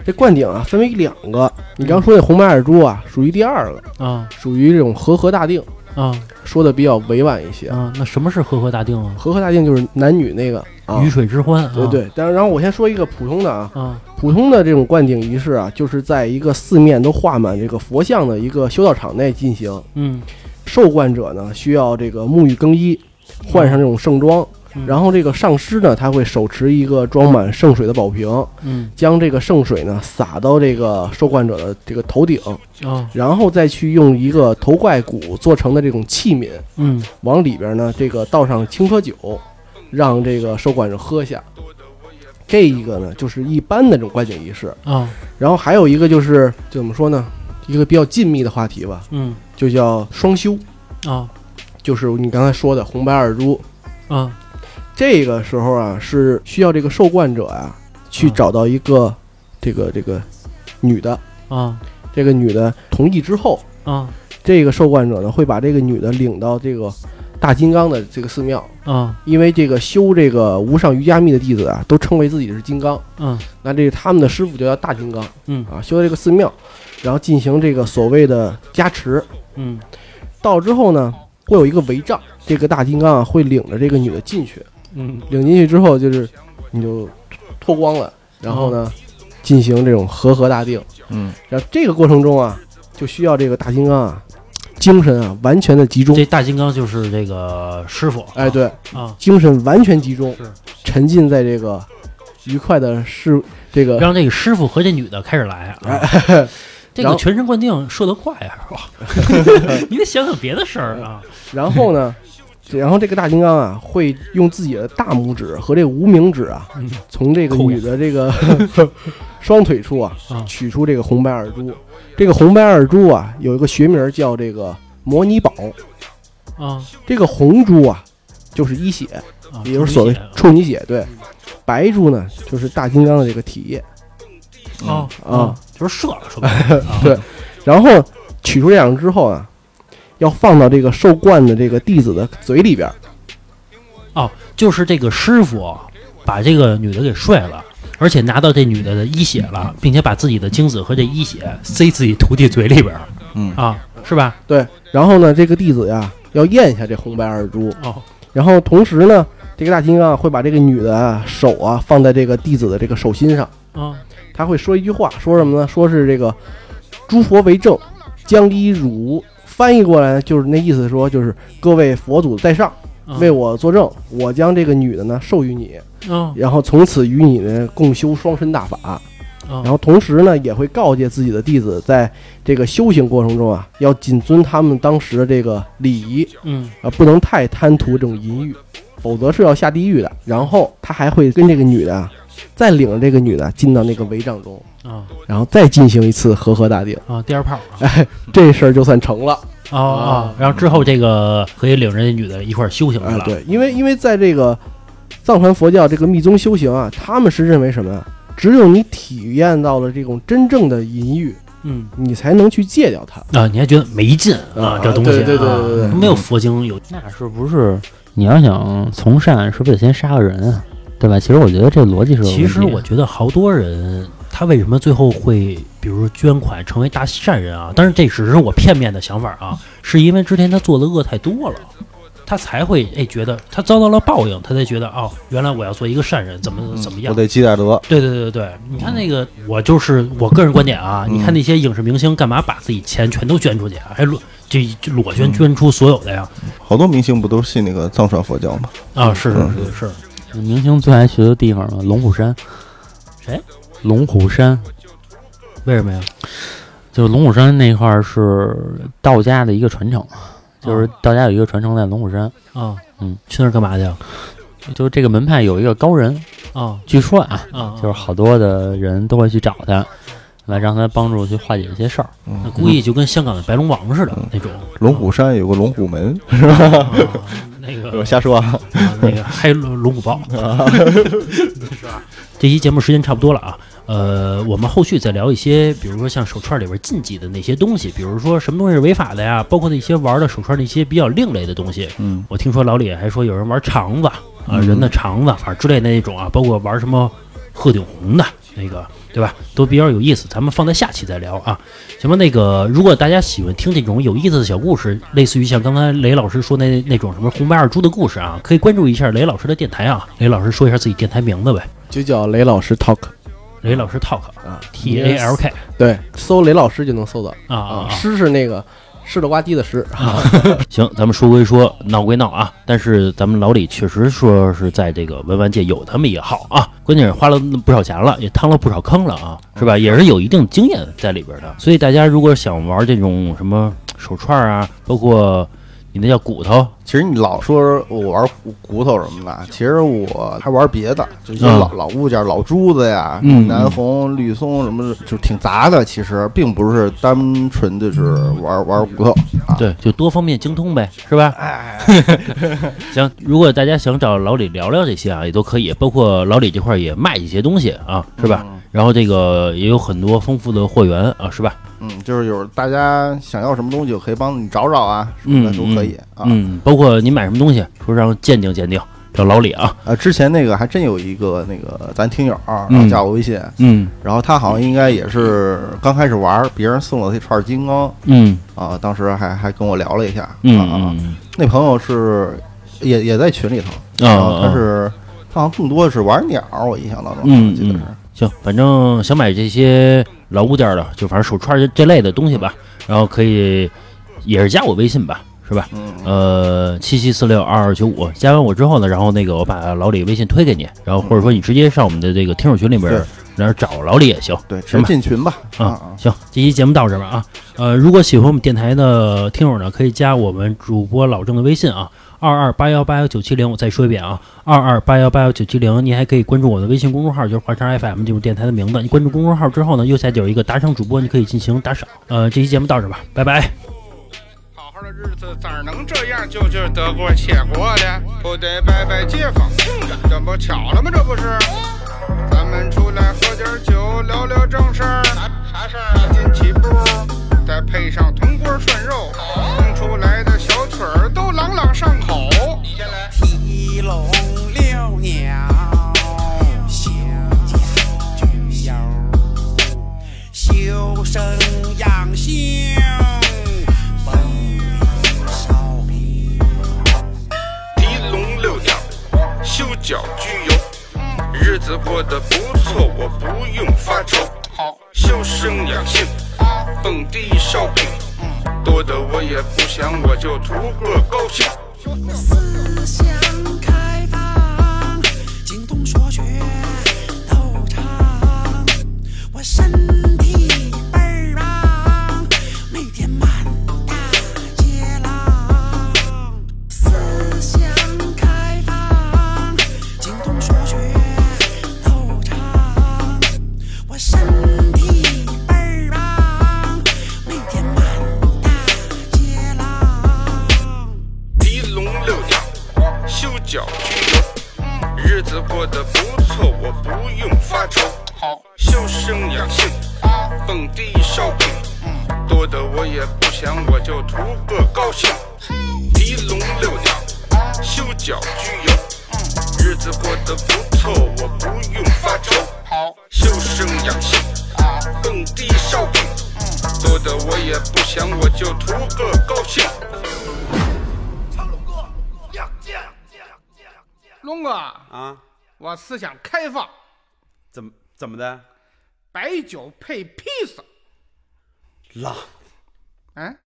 S6: 这灌顶啊，分为两个，你刚说那红白耳珠啊，属于第二个。
S3: 啊
S6: 属于这种和合大定，
S3: 啊
S6: 说的比较委婉一些。
S3: 啊！那什么是和合大定啊？
S6: 和合大定就是男女那个啊
S3: 鱼，水之欢啊！
S6: 对对。但然后我先说一个普通的啊，
S3: 啊
S6: 普通的这种灌顶仪式啊，就是在一个四面都画满这个佛像的一个修道场内进行。
S3: 嗯
S6: 受灌者呢需要这个沐浴更衣，换上这种盛装。
S3: 嗯
S6: 然后这个上师呢，他会手持一个装满圣水的宝瓶，
S3: 嗯
S6: 将这个圣水呢洒到这个受灌者的这个头顶，
S3: 啊
S6: 然后再去用一个头盖骨做成的这种器皿，
S3: 嗯
S6: 往里边呢这个倒上青稞酒，让这个受管者喝下。这一个呢就是一般的这种观景仪式，
S3: 啊
S6: 然后还有一个就是就怎么说呢，一个比较近密的话题吧，
S3: 嗯
S6: 就叫双修，
S3: 啊
S6: 就是你刚才说的红白二猪。
S3: 啊
S6: 这个时候啊是需要这个受灌者啊去
S3: 嗯
S6: 找到一个这个这个女的，
S3: 啊
S6: 这个女的同意之后，
S3: 啊
S6: 这个受灌者呢会把这个女的领到这个大金刚的这个寺庙。
S3: 啊
S6: 因为这个修这个无上瑜伽密的弟子啊，都称为自己是金刚，
S3: 嗯
S6: 那这个他们的师傅就叫大金刚
S3: 嗯
S6: 啊，修这个寺庙，然后进行这个所谓的加持。
S3: 嗯
S6: 到之后呢，会有一个围障，这个大金刚啊会领着这个女的进去，
S3: 嗯
S6: 领进去之后就是你就脱光了，然后呢进行这种和合大定。
S4: 嗯，
S6: 然后这个过程中啊，就需要这个大金刚啊精神啊完全的集中
S3: 这，大金刚就是这个师傅。
S6: 哎对，
S3: 啊，
S6: 精神完全集中
S3: 是，
S6: 沉浸在这个愉快的事这个。
S3: 让这个师傅和这女的开始来啊。 这
S6: 哎
S3: 个
S6: 然后
S3: 全神贯 定说得快啊，是吧？你得想想别的事儿啊。
S6: 然后呢，然后这个大金刚啊，会用自己的大拇指和这无名指啊，
S3: 嗯
S6: 从这个
S3: 抠
S6: 女的这个 双腿处啊
S3: 啊，
S6: 取出这个红白耳珠。这个红白耳珠啊，有一个学名叫这个摩尼宝。
S3: 啊
S6: 这个红珠啊，就是一血，
S3: 啊，
S6: 也就是所谓处女血。对，白珠呢，就是大金刚的这个体液。
S3: 啊
S6: 啊，
S3: 就是射了，说白了， 啊
S6: 对然后取出这两个之后啊，要放到这个受灌的这个弟子的嘴里边儿。
S3: 就是这个师傅把这个女的给睡了。而且拿到这女的的一血了，并且把自己的精子和这一血塞自己徒弟嘴里边儿
S4: 嗯
S3: 啊，是吧？
S6: 对，然后呢，这个弟子呀要咽下这红白二珠，
S3: 哦，
S6: 然后同时呢，这个大金刚啊会把这个女的啊手啊放在这个弟子的这个手心上，
S3: 啊，
S6: 他会说一句话，说什么呢？说是这个诸佛为证，将依汝。翻译过来就是那意思，说就是各位佛祖在上
S3: 啊
S6: 为我作证，我将这个女的呢授予你，
S3: 啊
S6: 然后从此与你呢共修双身大法。
S3: 啊
S6: 然后同时呢，也会告诫自己的弟子，在这个修行过程中啊，要谨遵他们当时的这个礼仪
S3: 嗯
S6: 啊、不能太贪图这种淫欲，否则是要下地狱的。然后他还会跟这个女的啊，再领着这个女的进到那个帷帐中，
S3: 啊
S6: 然后再进行一次和合大定，
S3: 啊，第二炮啊
S6: 这事儿就算成了。
S3: 啊啊， 然后之后这个可以领着这女的一块儿修行
S6: 啊
S3: 去、了，
S6: 对，因为因为在这个藏传佛教这个密宗修行啊，他们是认为什么呀？只有你体验到了这种真正的淫欲，
S3: 嗯
S6: 你才能去戒掉它。
S3: 啊，你还觉得没劲啊，这东西啊，
S6: 对对对对对对
S3: 没有佛经有
S5: 那是不是你要想从善，是不是得先杀个人啊？对吧？其实我觉得这逻辑是有问
S3: 其
S5: 题的
S3: 实我觉得好多人他为什么最后会，比如说捐款成为大善人啊？当然这只是我片面的想法 啊，是因为之前他做的恶太多了。他才会哎，觉得他遭到了报应，他才觉得哦，原来我要做一个善人，怎么怎么样
S4: 我？得积点德。
S3: 对对对对，你看那个，我就是我个人观点啊，你看
S5: 嗯
S3: 那些影视明星干嘛把自己钱全都捐出去啊，还裸这这裸捐捐出所有的呀？
S4: 好多明星不都信那个藏传佛教吗？
S3: 啊，是
S5: 嗯
S3: 是是是，
S5: 明星最爱去的地方嘛，龙虎山。
S3: 谁？
S5: 龙虎山
S3: 为什么呀？
S5: 就是龙虎山那块儿是道家的一个传承，就是道家有一个传承在龙虎山，
S3: 啊，
S5: 嗯，
S3: 去那儿干嘛去啊？
S5: 就是这个门派有一个高人，
S3: 啊
S5: 据说啊，
S3: 啊，啊
S5: 就是好多的人都会去找他，来让他帮助去化解一些事儿。
S3: 那估计就跟香港的白龙王似的
S5: 嗯
S3: 那种，
S4: 嗯龙虎山有个龙虎门，
S3: 啊那 个
S4: 我瞎说啊。
S3: 啊，那个还有龙龙骨豹，是 吧？这期节目时间差不多了啊，呃，我们后续再聊一些，比如说像手串里边禁忌的那些东西，比如说什么东西是违法的呀，包括那些玩的手串那些比较另类的东西。
S4: 嗯，
S3: 我听说老李还说有人玩肠子啊，人的肠子，反正之类的那种啊，包括玩什么鹤顶红的那个，对吧？都比较有意思，咱们放在下期再聊啊。行吧，那个如果大家喜欢听这种有意思的小故事，类似于像刚才雷老师说那那种什么红白二猪的故事啊，可以关注一下雷老师的电台啊。雷老师说一下自己电台名字呗，
S6: 就叫雷老师 talk
S3: 雷老师 talk
S6: 啊
S3: T A L K
S6: 对，搜雷老师就能搜到
S3: 啊
S6: 啊
S3: 啊。，啊
S6: 诗是那个湿了呱唧的湿，
S3: 行，咱们说归说，闹归闹啊，但是咱们老李确实说是在这个文玩界有他们一号啊，关键是花了那不少钱了，也趟了不少坑了啊，是吧？也是有一定经验在里边的，所以大家如果想玩这种什么手串啊，包括你那叫骨头，
S4: 其实你老说我玩骨骨头什么的，其实我还玩别的，就一些
S3: 嗯
S4: 老、老物件、老珠子呀，
S3: 嗯
S4: 南红、绿松什么的，就挺杂的。其实并不是单纯的是玩玩骨头啊。
S3: 对，就多方面精通呗，是吧？哎，
S4: 哎
S3: 行，如果大家想找老李聊聊这些啊，也都可以，包括老李这块儿也卖一些东西啊，是吧？
S4: 嗯
S3: 然后这个也有很多丰富的货源啊，是吧？
S4: 嗯，就是有大家想要什么东西，我可以帮你找找啊，什么
S3: 嗯
S4: 的都可以、啊。
S3: 嗯，包括你买什么东西，说让鉴定鉴定，找老李啊。
S4: 啊，之前那个还真有一个那个咱听友儿，
S3: 嗯
S4: 然后加我微信，
S3: 嗯
S4: 然后他好像应该也是刚开始玩儿，别人送了他一串金刚
S3: 嗯
S4: 啊，当时还还跟我聊了一下，
S3: 嗯
S4: 啊啊，
S3: 嗯
S4: 那朋友是也也在群里头，
S3: 嗯
S4: 然后
S3: 啊
S4: 哦他是他好像更多的是玩鸟，我印象当中，
S3: 嗯
S4: 我记得是，
S3: 行，反正想买这些老物件儿的，就反正手串这这类的东西吧，然后可以也是加我微信吧，是吧？
S4: 嗯，
S3: 呃，七七四六二二九五，加完我之后呢，然后那个我把老李微信推给你，然后或者说你直接上我们的这个听友群里边儿
S4: 对，
S3: 然后找老李也行。
S4: 对，直
S3: 行
S4: 接
S3: 吧
S4: 进群吧，啊啊，
S3: 行，这期节目到这边啊。呃，如果喜欢我们电台的听友呢，可以加我们主播老郑的微信啊，二二八幺八幺九七零。我再说一遍啊，二二八幺八幺九七零。您还可以关注我的微信公众号，就是华商 FM，就是电台的名字。你关注公众号之后呢，右下角有一个打赏主播，你可以进行打赏。呃，这期节目到这吧，拜拜。
S2: 好好的日子咋能这样就去得过且过的？不得拜拜街坊，这不巧了吗？这不是，咱们出来喝点酒，聊聊正事儿。啥事儿啊？金起步，再配上铜锅涮肉，哼出来的小曲儿都朗朗上口。你先来。
S1: 一龙六鸟，修家具友，修身养性，蹦迪烧瓶，
S2: 提笼六鸟，修脚具油，日子过得不错，我不用发愁。修身养性，蹦迪烧饼，多的我也不想，我就图个高兴。
S1: 思想开放，精通所学都长，我身体倍儿棒，每天满大街浪。思想开放，精通所学都长，我身体倍儿棒，每天满大街浪。
S2: 提笼六鸟，修脚具油，日子过得不错，我不用发愁。修身养性，蹦迪烧饼，多的我也不想，我就图个高兴。提笼六鸟，修脚具油，日子过得不错，我不用发愁。修身养性，蹦迪烧饼，多的我也不想，我就图个高兴。
S7: 龙哥，
S8: 啊？
S7: 我思想开放，
S8: 怎么怎么的？
S7: 白酒配披萨，
S8: 浪
S7: 嗯，